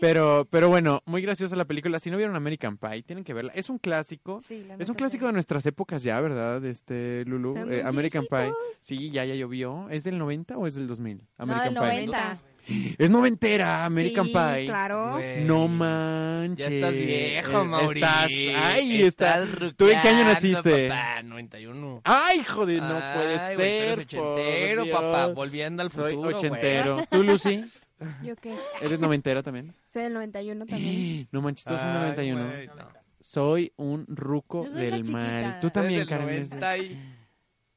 Speaker 9: Pero, pero bueno, muy graciosa la película. Si no vieron American Pie, tienen que verla. Es un clásico.
Speaker 4: Sí, la
Speaker 9: Es
Speaker 4: neta,
Speaker 9: un clásico
Speaker 4: sí.
Speaker 9: de nuestras épocas ya, ¿verdad? Este, Lulu.
Speaker 1: Están
Speaker 9: Eh,
Speaker 1: muy
Speaker 9: American Pie. Sí, ya, ya llovió. ¿Es del 90 o es del 2000?
Speaker 4: No,
Speaker 9: American
Speaker 4: el 90.
Speaker 9: Pie. Es noventera, American
Speaker 1: sí,
Speaker 9: Pie.
Speaker 1: claro.
Speaker 2: Güey.
Speaker 9: No manches.
Speaker 2: Ya estás viejo,
Speaker 9: Eh,
Speaker 2: Mauricio.
Speaker 9: Estás, ay, estás. ¿Tú en qué año
Speaker 2: ruqueando,
Speaker 9: naciste?
Speaker 2: Papá, 91.
Speaker 9: Ay, joder, no
Speaker 2: Ay,
Speaker 9: puede
Speaker 2: güey, tú eres
Speaker 9: ser.
Speaker 2: ochentero,
Speaker 9: por Dios.
Speaker 2: papá, volviendo al
Speaker 9: Soy
Speaker 2: futuro, güey.
Speaker 9: ochentero. ¿Tú, Lucy?
Speaker 1: Yo qué.
Speaker 9: ¿Eres noventera también?
Speaker 1: Soy del 91 también.
Speaker 9: No manches, tú eres un
Speaker 2: Ay,
Speaker 9: 91.
Speaker 2: güey, no.
Speaker 9: Soy un ruco
Speaker 4: Yo soy la
Speaker 9: del mal.
Speaker 4: chiquita.
Speaker 9: Tú también,
Speaker 2: Desde el
Speaker 9: Karen. eres-
Speaker 2: 90 y-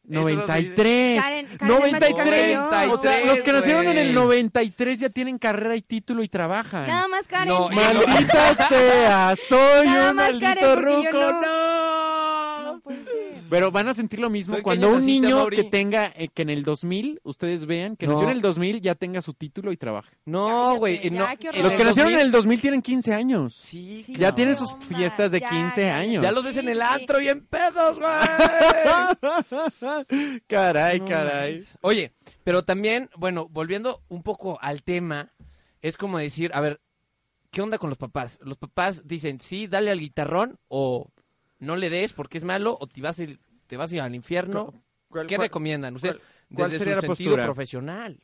Speaker 2: Eso no se dice.
Speaker 9: 93.
Speaker 1: Karen- Karen es más chica que yo.
Speaker 9: 93. O sea, los que nacieron en
Speaker 2: güey.
Speaker 9: el 93 ya tienen carrera y título y trabajan.
Speaker 1: Nada más Karen.
Speaker 2: No,
Speaker 9: Maldita sea, soy
Speaker 1: Nada
Speaker 9: un
Speaker 1: más,
Speaker 9: maldito
Speaker 1: Karen, porque yo
Speaker 9: ruco.
Speaker 1: no.
Speaker 9: No.
Speaker 4: No puede ser.
Speaker 9: Pero van a sentir lo mismo
Speaker 2: ¿Tú en qué
Speaker 9: cuando
Speaker 2: año
Speaker 9: un
Speaker 2: naciste,
Speaker 9: niño
Speaker 2: Mauri?
Speaker 9: que tenga eh, que en el 2000 ustedes vean que
Speaker 2: No.
Speaker 9: nació en el 2000 ya tenga su título y trabaje.
Speaker 2: No, güey.
Speaker 4: Cállate,
Speaker 2: no,
Speaker 4: ya, qué
Speaker 2: en
Speaker 4: horror.
Speaker 9: Los que nacieron en
Speaker 2: 2000,
Speaker 9: el 2000 tienen 15 años.
Speaker 2: Sí,
Speaker 4: Sí,
Speaker 2: cabrón.
Speaker 9: ya tienen
Speaker 4: no
Speaker 9: sus
Speaker 4: mames,
Speaker 9: fiestas de
Speaker 4: ya,
Speaker 9: 15
Speaker 4: ya, ya.
Speaker 9: años.
Speaker 2: Ya los ves en el
Speaker 4: Sí, sí.
Speaker 2: antro bien pedos, güey.
Speaker 9: caray,
Speaker 2: No
Speaker 9: caray.
Speaker 2: mames. Oye, pero también, bueno, volviendo un poco al tema, es como decir, a ver, ¿qué onda con los papás? Los papás dicen, sí, dale al guitarrón o no le des porque es malo o te vas a ir, te vas a ir al infierno.
Speaker 9: ¿Cuál-
Speaker 2: ¿Qué
Speaker 9: cuál-
Speaker 2: recomiendan ustedes
Speaker 9: cuál
Speaker 2: desde su
Speaker 9: sería la
Speaker 2: sentido
Speaker 9: postura?
Speaker 2: profesional?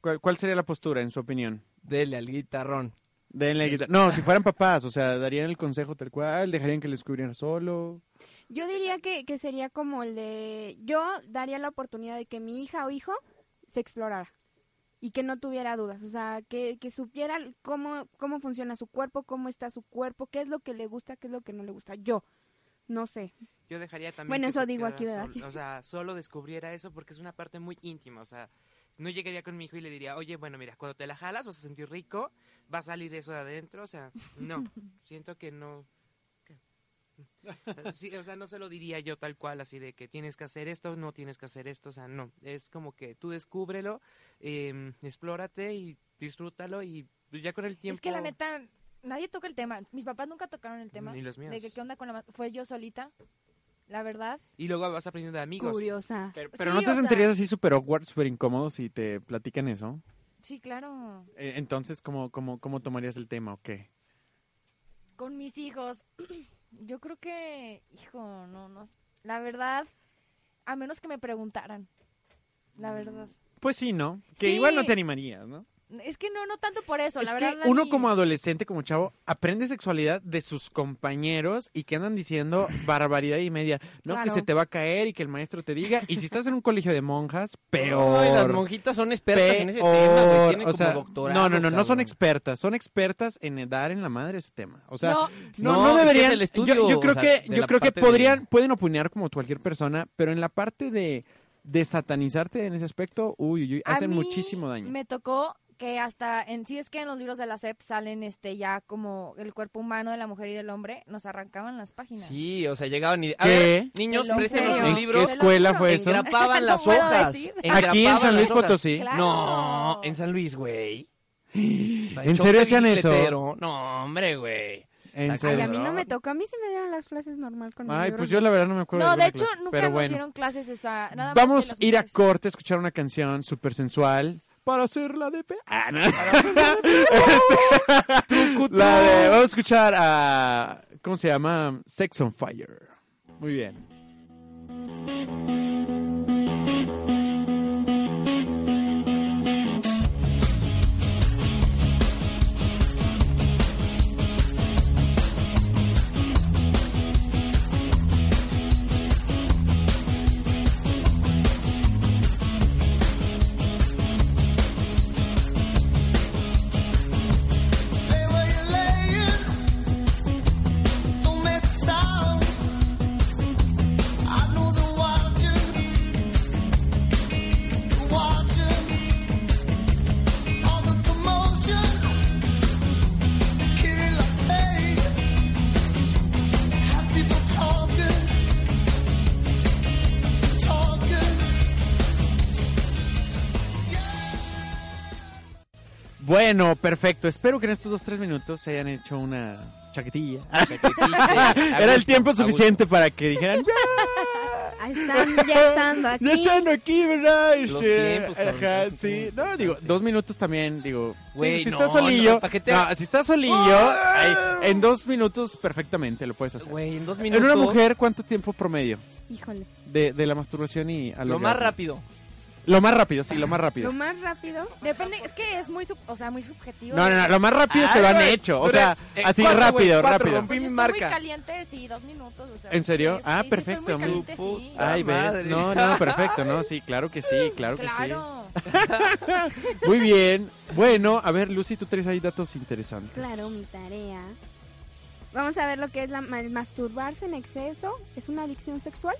Speaker 9: ¿Cuál, cuál sería la postura, en su opinión?
Speaker 2: Dele al guitarrón.
Speaker 4: Eh,
Speaker 9: Denle guitarra. No, si fueran papás, o sea, darían el consejo tal cual, dejarían que les cubrieran solo.
Speaker 1: Yo diría que, que sería como el de... Yo daría la oportunidad de que mi hija o hijo se explorara. Y que no tuviera dudas, o sea, que, que supiera cómo, cómo funciona su cuerpo, cómo está su cuerpo, qué es lo que le gusta, qué es lo que no le gusta. Yo, no sé.
Speaker 3: Yo dejaría también.
Speaker 1: Bueno,
Speaker 3: que
Speaker 1: eso
Speaker 3: se
Speaker 1: digo
Speaker 3: quedara
Speaker 1: aquí, ¿verdad?
Speaker 3: sol- o sea, solo descubriera eso porque es una parte muy íntima. O sea, no llegaría con mi hijo y le diría, oye, bueno, mira, cuando te la jalas vas a sentir rico, va a salir eso de adentro. O sea, no, siento que no. ¿qué? Sí, o sea, no se lo diría yo tal cual, así de que tienes que hacer esto, no tienes que hacer esto. O sea, no. Es como que tú descúbrelo, eh, explórate y disfrútalo y pues, ya con el tiempo.
Speaker 4: Es que la neta, nadie toca el tema. Mis papás nunca tocaron el tema.
Speaker 3: Ni los míos.
Speaker 4: De que qué onda con la... ma- Fue yo solita, la verdad.
Speaker 3: Y luego vas aprendiendo de amigos.
Speaker 1: Curiosa.
Speaker 9: Pero,
Speaker 4: Sí,
Speaker 9: no
Speaker 4: o
Speaker 9: te
Speaker 4: sea-
Speaker 9: sentirías así súper awkward, súper incómodo si te platican eso.
Speaker 4: Sí, claro.
Speaker 9: Eh, Entonces, ¿cómo, cómo, ¿cómo tomarías el tema o qué?
Speaker 4: Con mis hijos. Yo creo que, hijo, no, no. La verdad, a menos que me preguntaran. La verdad.
Speaker 9: Pues sí, ¿no? Que
Speaker 4: Sí.
Speaker 9: igual no te animarías, ¿no?
Speaker 4: Es que no, no tanto por eso, la
Speaker 9: es
Speaker 4: verdad.
Speaker 9: que uno
Speaker 4: Dani,
Speaker 9: como adolescente, como chavo, aprende sexualidad de sus compañeros y que andan diciendo barbaridad y media. No,
Speaker 8: Claro.
Speaker 9: que se te va a caer y que el maestro te diga. Y si estás en un colegio de monjas, peor.
Speaker 2: Ay, las monjitas son expertas en ese tema,
Speaker 9: peor.
Speaker 2: güey. Tienen
Speaker 9: O sea,
Speaker 2: como doctorado.
Speaker 9: no, no, no, no son
Speaker 2: cabrón.
Speaker 9: expertas. Son expertas en dar en la madre ese tema. O sea,
Speaker 4: No,
Speaker 9: no,
Speaker 2: no,
Speaker 9: no,
Speaker 2: es que es
Speaker 9: deberían.
Speaker 2: el estudio,
Speaker 9: yo, yo
Speaker 2: o
Speaker 9: creo
Speaker 2: sea,
Speaker 9: que,
Speaker 2: de
Speaker 9: yo
Speaker 2: la
Speaker 9: creo que
Speaker 2: parte de-
Speaker 9: podrían, pueden opinar como cualquier persona, pero en la parte de, de satanizarte en ese aspecto, uy, uy, uy,
Speaker 4: a
Speaker 9: hacen
Speaker 4: mí
Speaker 9: muchísimo daño.
Speaker 4: Me tocó que hasta en sí es que en los libros de la SEP salen este ya como el cuerpo humano de la mujer y del hombre, nos arrancaban las páginas.
Speaker 2: Sí, o sea, llegaban y... A
Speaker 9: ¿Qué?
Speaker 2: ver, niños,
Speaker 4: Te lo
Speaker 2: préstenos
Speaker 4: juro.
Speaker 2: sus
Speaker 9: ¿En qué
Speaker 2: libros.
Speaker 9: escuela fue eso?
Speaker 2: Engrapaban
Speaker 4: No
Speaker 2: las
Speaker 4: puedo
Speaker 2: hojas.
Speaker 4: decir.
Speaker 9: Aquí en
Speaker 2: engrapaban
Speaker 9: San Luis
Speaker 2: las hojas.
Speaker 9: Potosí.
Speaker 4: Claro.
Speaker 2: No, en San Luis, güey.
Speaker 9: ¿En serio hacían eso?
Speaker 2: Bicicletero. No, hombre, güey.
Speaker 8: Ay,
Speaker 2: Ay,
Speaker 9: En
Speaker 8: a
Speaker 9: serio.
Speaker 8: mí no me tocó, a mí sí me dieron las clases normal con el
Speaker 9: Ay,
Speaker 8: libro.
Speaker 9: pues yo la verdad no me acuerdo.
Speaker 4: No, de
Speaker 9: alguna
Speaker 4: hecho,
Speaker 9: clase,
Speaker 4: nunca
Speaker 9: pero
Speaker 4: nos
Speaker 9: bueno.
Speaker 4: dieron clases esa. Nada más de
Speaker 9: Vamos a
Speaker 4: los
Speaker 9: ir a
Speaker 4: hombres.
Speaker 9: corte a escuchar una canción súper sensual para hacerla de pe... Ah, no. La de... Vamos a escuchar a... ¿Cómo se llama? Sex on Fire. Muy bien. Bueno, perfecto. Espero que en estos dos, tres minutos se hayan hecho una chaquetilla. Era el tiempo suficiente para que dijeran...
Speaker 8: Ahí están, ya estando aquí.
Speaker 9: Ya estando aquí, ¿verdad?
Speaker 2: Los
Speaker 9: Este,
Speaker 2: tiempos, cabrón,
Speaker 9: ajá,
Speaker 2: los
Speaker 9: sí.
Speaker 2: tiempos,
Speaker 9: No, digo, dos minutos también, digo.
Speaker 2: Güey,
Speaker 9: digo, si
Speaker 2: no,
Speaker 9: estás solillo.
Speaker 2: no, ¿pa' qué te-
Speaker 9: no, si estás solillo, ay, en dos minutos perfectamente lo puedes hacer.
Speaker 2: Güey, en dos
Speaker 9: En
Speaker 2: minutos.
Speaker 9: una mujer, ¿cuánto tiempo promedio?
Speaker 8: Híjole.
Speaker 9: De, de la masturbación y a
Speaker 2: Lo más rápido.
Speaker 9: Lo más rápido, sí, lo más rápido.
Speaker 8: Lo más rápido.
Speaker 4: Depende, es que es muy, sub- o sea, muy subjetivo.
Speaker 9: No, no, no, lo más rápido que
Speaker 2: Ay,
Speaker 9: lo han
Speaker 2: güey,
Speaker 9: hecho. O
Speaker 2: dure-
Speaker 9: sea,
Speaker 2: eh,
Speaker 9: así
Speaker 2: cuatro, güey,
Speaker 9: rápido,
Speaker 2: cuatro,
Speaker 9: rápido.
Speaker 2: rompí.
Speaker 4: Pues
Speaker 2: mi
Speaker 4: estoy
Speaker 2: marca.
Speaker 4: muy caliente, sí, dos minutos. o sea,
Speaker 9: ¿En serio?
Speaker 4: sí,
Speaker 9: Ah,
Speaker 4: sí,
Speaker 9: perfecto,
Speaker 4: estoy muy
Speaker 9: mi
Speaker 4: caliente,
Speaker 2: puta
Speaker 4: sí.
Speaker 9: Ay,
Speaker 2: Madre.
Speaker 9: ves. No, no, perfecto, no, sí, claro que pues sí, claro que sí.
Speaker 4: Claro.
Speaker 9: Muy bien. Bueno, a ver, Lucy, tú traes ahí datos interesantes.
Speaker 8: Claro, mi tarea. Vamos a ver lo que es la ma- masturbarse en exceso. ¿Es una adicción sexual?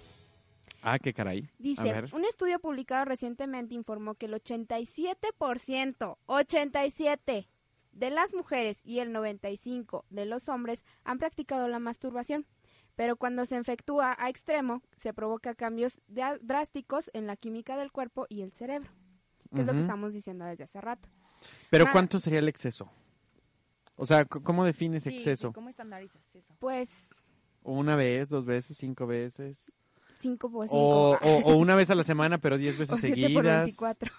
Speaker 9: Ah, qué caray. A
Speaker 8: Dice,
Speaker 9: ver.
Speaker 8: un estudio publicado recientemente informó que el 87%, 87 de las mujeres y el 95 de los hombres han practicado la masturbación, pero cuando se efectúa a extremo se provoca cambios dra- drásticos en la química del cuerpo y el cerebro, que es lo que
Speaker 9: Ujú.
Speaker 8: estamos diciendo desde hace rato.
Speaker 9: Pero
Speaker 8: Ma-
Speaker 9: ¿cuánto sería el exceso? O sea, c- ¿cómo defines
Speaker 4: Sí, sí,
Speaker 9: exceso?
Speaker 4: ¿Cómo estandarizas eso?
Speaker 8: Pues
Speaker 9: ¿Una vez, dos veces, cinco veces?
Speaker 8: 5 por 5
Speaker 9: O, o- o una vez a la semana, pero diez
Speaker 8: o
Speaker 9: veces
Speaker 8: 7 por
Speaker 9: seguidas.
Speaker 8: 24.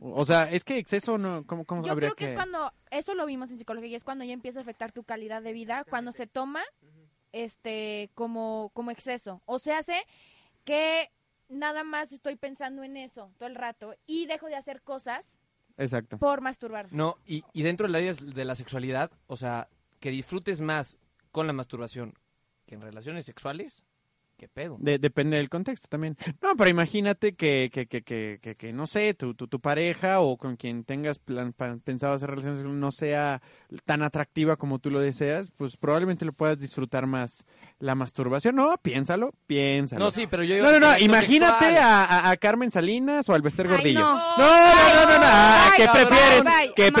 Speaker 9: O sea, es que exceso no, ¿cómo, cómo
Speaker 4: Yo
Speaker 9: habría
Speaker 4: creo que, es cuando, eso lo vimos en psicología, y es cuando ya empieza a afectar tu calidad de vida, cuando se toma este como, como exceso. O sea, hace que nada más estoy pensando en eso todo el rato y dejo de hacer cosas
Speaker 9: Exacto.
Speaker 4: por masturbarme.
Speaker 2: No, y, y dentro del área de la sexualidad, o sea, que disfrutes más con la masturbación que en relaciones sexuales, qué pedo.
Speaker 9: De- depende del contexto también. No, pero imagínate que, que, que, que, que, que, no sé, tu, tu, tu pareja o con quien tengas plan- pa- pensado hacer relaciones sexuales no sea tan atractiva como tú lo deseas, pues probablemente lo puedas disfrutar más la masturbación. No, piénsalo, piénsalo.
Speaker 2: No, sí, pero yo digo...
Speaker 9: No, no,
Speaker 2: que
Speaker 9: no,
Speaker 2: acto
Speaker 9: imagínate
Speaker 2: sexual.
Speaker 9: a, a- a Carmen Salinas o al Bester
Speaker 8: Ay,
Speaker 9: Gordillo.
Speaker 8: no.
Speaker 9: no, no, no, no, no, ah,
Speaker 8: Bye,
Speaker 9: ¿qué
Speaker 8: cabrón,
Speaker 9: prefieres?
Speaker 8: bye.
Speaker 9: ¿Qué
Speaker 8: Mau,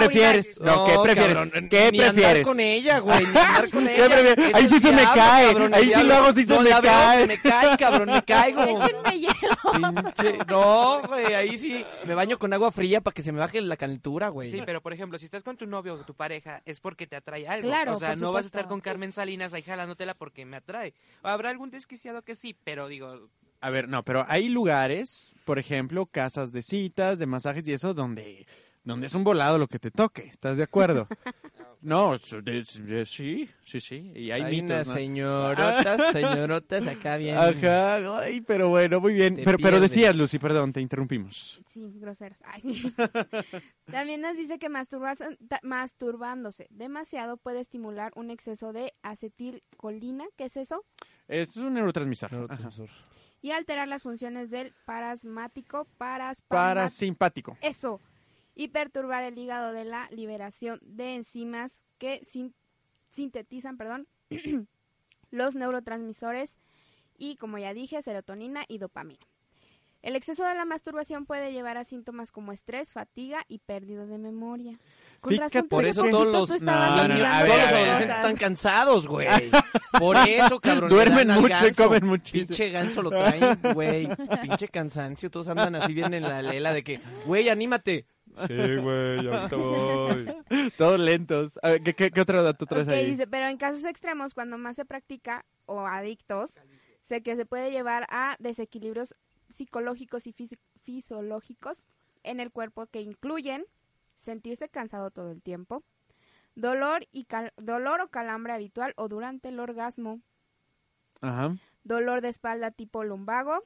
Speaker 9: prefieres?
Speaker 8: bye.
Speaker 9: No, ¿qué prefieres?
Speaker 2: cabrón,
Speaker 9: ¿Qué
Speaker 2: ni andar
Speaker 9: prefieres?
Speaker 2: con e- ella, güey. ni andar con
Speaker 9: ¿Qué
Speaker 2: ella.
Speaker 9: prefieres?
Speaker 2: Eso
Speaker 9: Ahí sí
Speaker 2: es
Speaker 9: se me
Speaker 2: diablo,
Speaker 9: cae,
Speaker 2: cabrón, el
Speaker 9: ahí sí
Speaker 2: diablo.
Speaker 9: lo hago, sí se
Speaker 2: No,
Speaker 9: me
Speaker 2: la veo,
Speaker 9: cae.
Speaker 2: se me cae, cabrón, me caigo.
Speaker 4: Échenme hielo.
Speaker 2: Pinche- No, güey, ahí sí me baño con agua fría para que se me baje la calentura, güey.
Speaker 3: Sí, pero por ejemplo, si estás con tu novio o tu pareja, es porque te atrae algo.
Speaker 4: Claro,
Speaker 3: o sea,
Speaker 4: por
Speaker 3: no vas a
Speaker 4: supuesto.
Speaker 3: estar con Carmen Salinas ahí jalándotela porque me atrae. Habrá algún desquiciado que sí, pero digo,
Speaker 9: A ver, no, pero hay lugares, por ejemplo, casas de citas, de masajes y eso, donde,
Speaker 1: donde es un volado lo que te toque, ¿estás de acuerdo? No, es- es- es- sí, sí, sí. Y hay,
Speaker 2: Hay
Speaker 1: mitos,
Speaker 2: unas
Speaker 1: ¿no?
Speaker 2: señorotas, señorotas acá bien.
Speaker 1: Ajá, ay, pero bueno, muy bien.
Speaker 2: Te
Speaker 1: Pero, pero
Speaker 2: pierdes.
Speaker 1: decías, Lucy, perdón, te interrumpimos.
Speaker 4: Sí, groseros. Ay, sí. También nos dice que masturbarse- ta- masturbándose demasiado puede estimular un exceso de acetilcolina, ¿qué es eso?
Speaker 1: Es un neurotransmisor.
Speaker 4: Y alterar las funciones del parasmático,
Speaker 1: Ajá.
Speaker 4: paraspasmático.
Speaker 1: Parasimpático.
Speaker 4: Eso. Y perturbar el hígado de la liberación de enzimas que sin- sintetizan, perdón, los neurotransmisores y, como ya dije, serotonina y dopamina. El exceso de la masturbación puede llevar a síntomas como estrés, fatiga y pérdida de memoria. Con
Speaker 1: Fíjate
Speaker 4: razón,
Speaker 2: Por
Speaker 4: desde
Speaker 2: eso
Speaker 4: poquito
Speaker 2: todos
Speaker 4: tú
Speaker 2: los,
Speaker 4: estabas
Speaker 1: No, no, no,
Speaker 4: olvidando
Speaker 1: a ver,
Speaker 2: todos
Speaker 1: a
Speaker 2: los
Speaker 1: ver,
Speaker 4: cosas.
Speaker 2: adolescentes están cansados, güey. Por eso, cabrón. le
Speaker 1: Duermen
Speaker 2: dan al
Speaker 1: mucho y
Speaker 2: ganso.
Speaker 1: comen muchísimo.
Speaker 2: Pinche ganso lo
Speaker 1: "Ah".
Speaker 2: traen, güey. Pinche cansancio. Todos andan así bien en la lela de que, güey, anímate.
Speaker 1: Sí, güey, ahorita voy. Todos lentos. A ver, ¿qué, qué, qué otro dato traes
Speaker 4: Ok,
Speaker 1: ahí?
Speaker 4: dice, pero en casos extremos, cuando más se practica o adictos, sé que se puede llevar a desequilibrios psicológicos y fisi- fisiológicos en el cuerpo que incluyen sentirse cansado todo el tiempo, dolor y cal- dolor o calambre habitual o durante el orgasmo,
Speaker 1: Ajá.
Speaker 4: dolor de espalda tipo lumbago,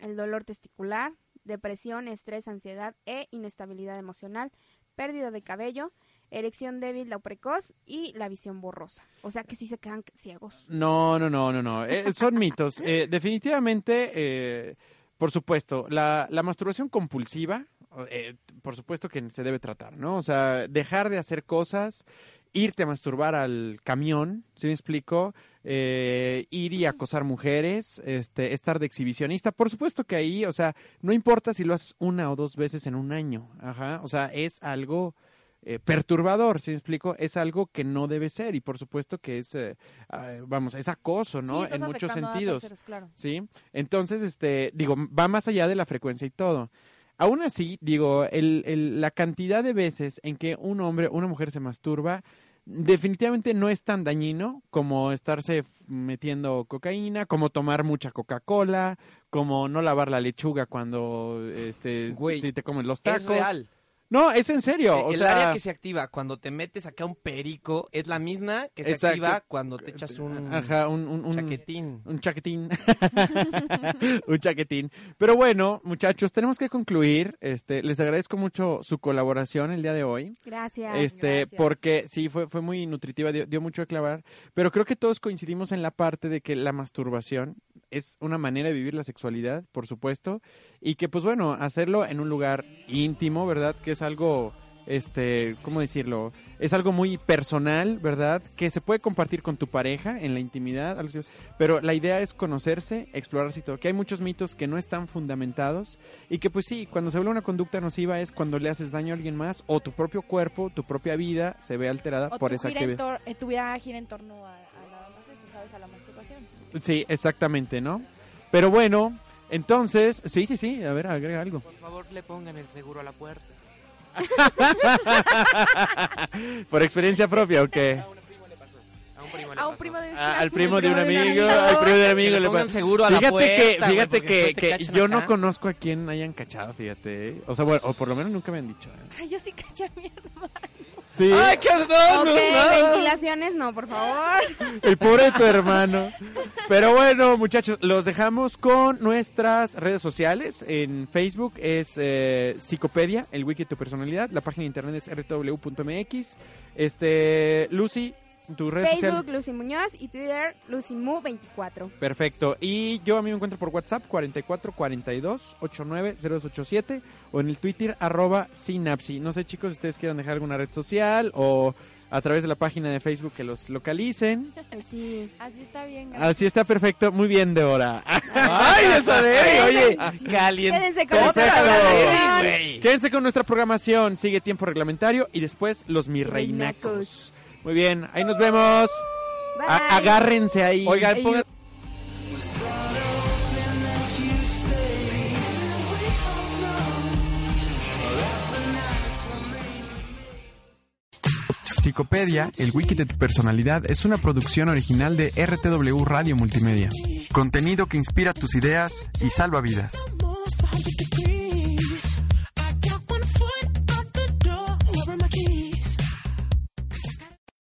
Speaker 4: el dolor testicular, depresión, estrés, ansiedad e inestabilidad emocional, pérdida de cabello, erección débil o precoz y la visión borrosa. O sea que sí se quedan ciegos.
Speaker 1: No, no, no, no, no. Eh, son mitos. Eh, definitivamente, eh, por supuesto, la, la masturbación compulsiva, eh, por supuesto que se debe tratar, ¿no? O sea, dejar de hacer cosas, irte a masturbar al camión, ¿sí me explico? Eh, ir y acosar mujeres, este, estar de exhibicionista. Por supuesto que ahí, o sea, no importa si lo haces una o dos veces en un año, ajá. O sea, es algo... eh, perturbador, ¿sí me explico? Es algo que no debe ser y por supuesto que es, eh, ah, vamos, es acoso,
Speaker 9: Sí,
Speaker 1: ¿no?
Speaker 9: estás
Speaker 1: en muchos
Speaker 9: afectando a
Speaker 1: sentidos.
Speaker 9: terceros, claro.
Speaker 1: ¿sí? Entonces, este, digo, va más allá de la frecuencia y todo. Aún así, digo, el, el- la cantidad de veces en que un hombre o una mujer se masturba definitivamente no es tan dañino como estarse f- metiendo cocaína, como tomar mucha Coca-Cola, como no lavar la lechuga cuando este
Speaker 2: Güey,
Speaker 1: si te comes los
Speaker 2: Es
Speaker 1: tacos.
Speaker 2: real.
Speaker 1: No, es en serio, o
Speaker 2: el
Speaker 1: sea,
Speaker 2: área que se activa cuando te metes acá un perico es la misma que se
Speaker 1: Exacto.
Speaker 2: activa cuando te echas un
Speaker 1: ajá, un, un- un-
Speaker 2: chaquetín.
Speaker 1: Un chaquetín. un chaquetín. Pero bueno, muchachos, tenemos que concluir. Este, les agradezco mucho su colaboración el día de hoy.
Speaker 4: Gracias.
Speaker 1: Este, porque sí, fue, fue muy nutritiva, dio, dio mucho de clavar. Pero creo que todos coincidimos en la parte de que la masturbación es una manera de vivir la sexualidad, por supuesto. Y que, pues bueno, hacerlo en un lugar íntimo, ¿verdad? Que es algo, este, ¿cómo decirlo? Es algo muy personal, ¿verdad? Que se puede compartir con tu pareja en la intimidad. algo así. Pero la idea es conocerse, explorarse y todo. Que hay muchos mitos que no están fundamentados y que pues sí, cuando se vuelve una conducta nociva es cuando le haces daño a alguien más o tu propio cuerpo, tu propia vida se ve alterada
Speaker 9: O
Speaker 1: por
Speaker 9: tu,
Speaker 1: esa
Speaker 9: gira en
Speaker 1: actividad.
Speaker 9: tor- eh, tu vida gira en torno a, a nada más esto, ¿sabes? A la masturbación.
Speaker 1: Sí, exactamente, ¿no? Pero bueno, entonces, sí, sí, sí, a ver, agrega algo.
Speaker 3: Por favor, le pongan el seguro a la puerta.
Speaker 1: Por experiencia propia, ¿o qué?
Speaker 3: A un primo le pasó. A un primo le
Speaker 9: A un
Speaker 3: pasó.
Speaker 9: primo de
Speaker 1: A- al primo de un amigo, al
Speaker 9: amigo.
Speaker 1: primo de un
Speaker 2: Que
Speaker 1: amigo
Speaker 2: le
Speaker 1: le
Speaker 2: pongan
Speaker 1: pon-
Speaker 2: seguro a la
Speaker 1: Fíjate
Speaker 2: puerta,
Speaker 1: que,
Speaker 2: güey,
Speaker 1: fíjate
Speaker 2: porque este
Speaker 1: que,
Speaker 2: después te
Speaker 1: que
Speaker 2: cachan
Speaker 1: yo
Speaker 2: acá.
Speaker 1: no conozco a quien hayan cachado, fíjate. ¿eh? O sea, bueno, o por lo menos nunca me han dicho. ¿eh?
Speaker 9: Ay, yo sí caché a mi hermano.
Speaker 1: Sí,
Speaker 2: ¡Ay, qué
Speaker 4: Ok,
Speaker 2: horror! no, no.
Speaker 4: ventilaciones no, por favor.
Speaker 1: El pobre de tu hermano. Pero bueno, muchachos, los dejamos con nuestras redes sociales. En Facebook es eh, Psicopedia, el wiki de tu personalidad. La página de internet es rw.mx. Este, Lucy, tu red social.
Speaker 4: Facebook Lucy Muñoz y Twitter Lucy Mu 24.
Speaker 1: Perfecto. Y yo a mí me encuentro por WhatsApp 4442-890287 o en el Twitter arroba sinapsi. No sé chicos si ustedes quieran dejar alguna red social o a través de la página de Facebook que los localicen.
Speaker 4: Ay, Sí.
Speaker 9: Así está bien. gato.
Speaker 1: Así está perfecto, muy bien de hora. Ay, esa de oye, caliente.
Speaker 4: Quédense con nosotros.
Speaker 1: Perfecto.
Speaker 4: Gracias.
Speaker 1: Quédense con nuestra programación, sigue tiempo reglamentario y después los mi reinacos. Muy bien, ahí nos vemos.
Speaker 4: Bye.
Speaker 1: A- agárrense ahí.
Speaker 2: Oigan, pongan-
Speaker 5: Psicopedia, el wiki de tu personalidad, es una producción original de RTW Radio Multimedia. Contenido que inspira tus ideas y salva vidas.
Speaker 11: More scientific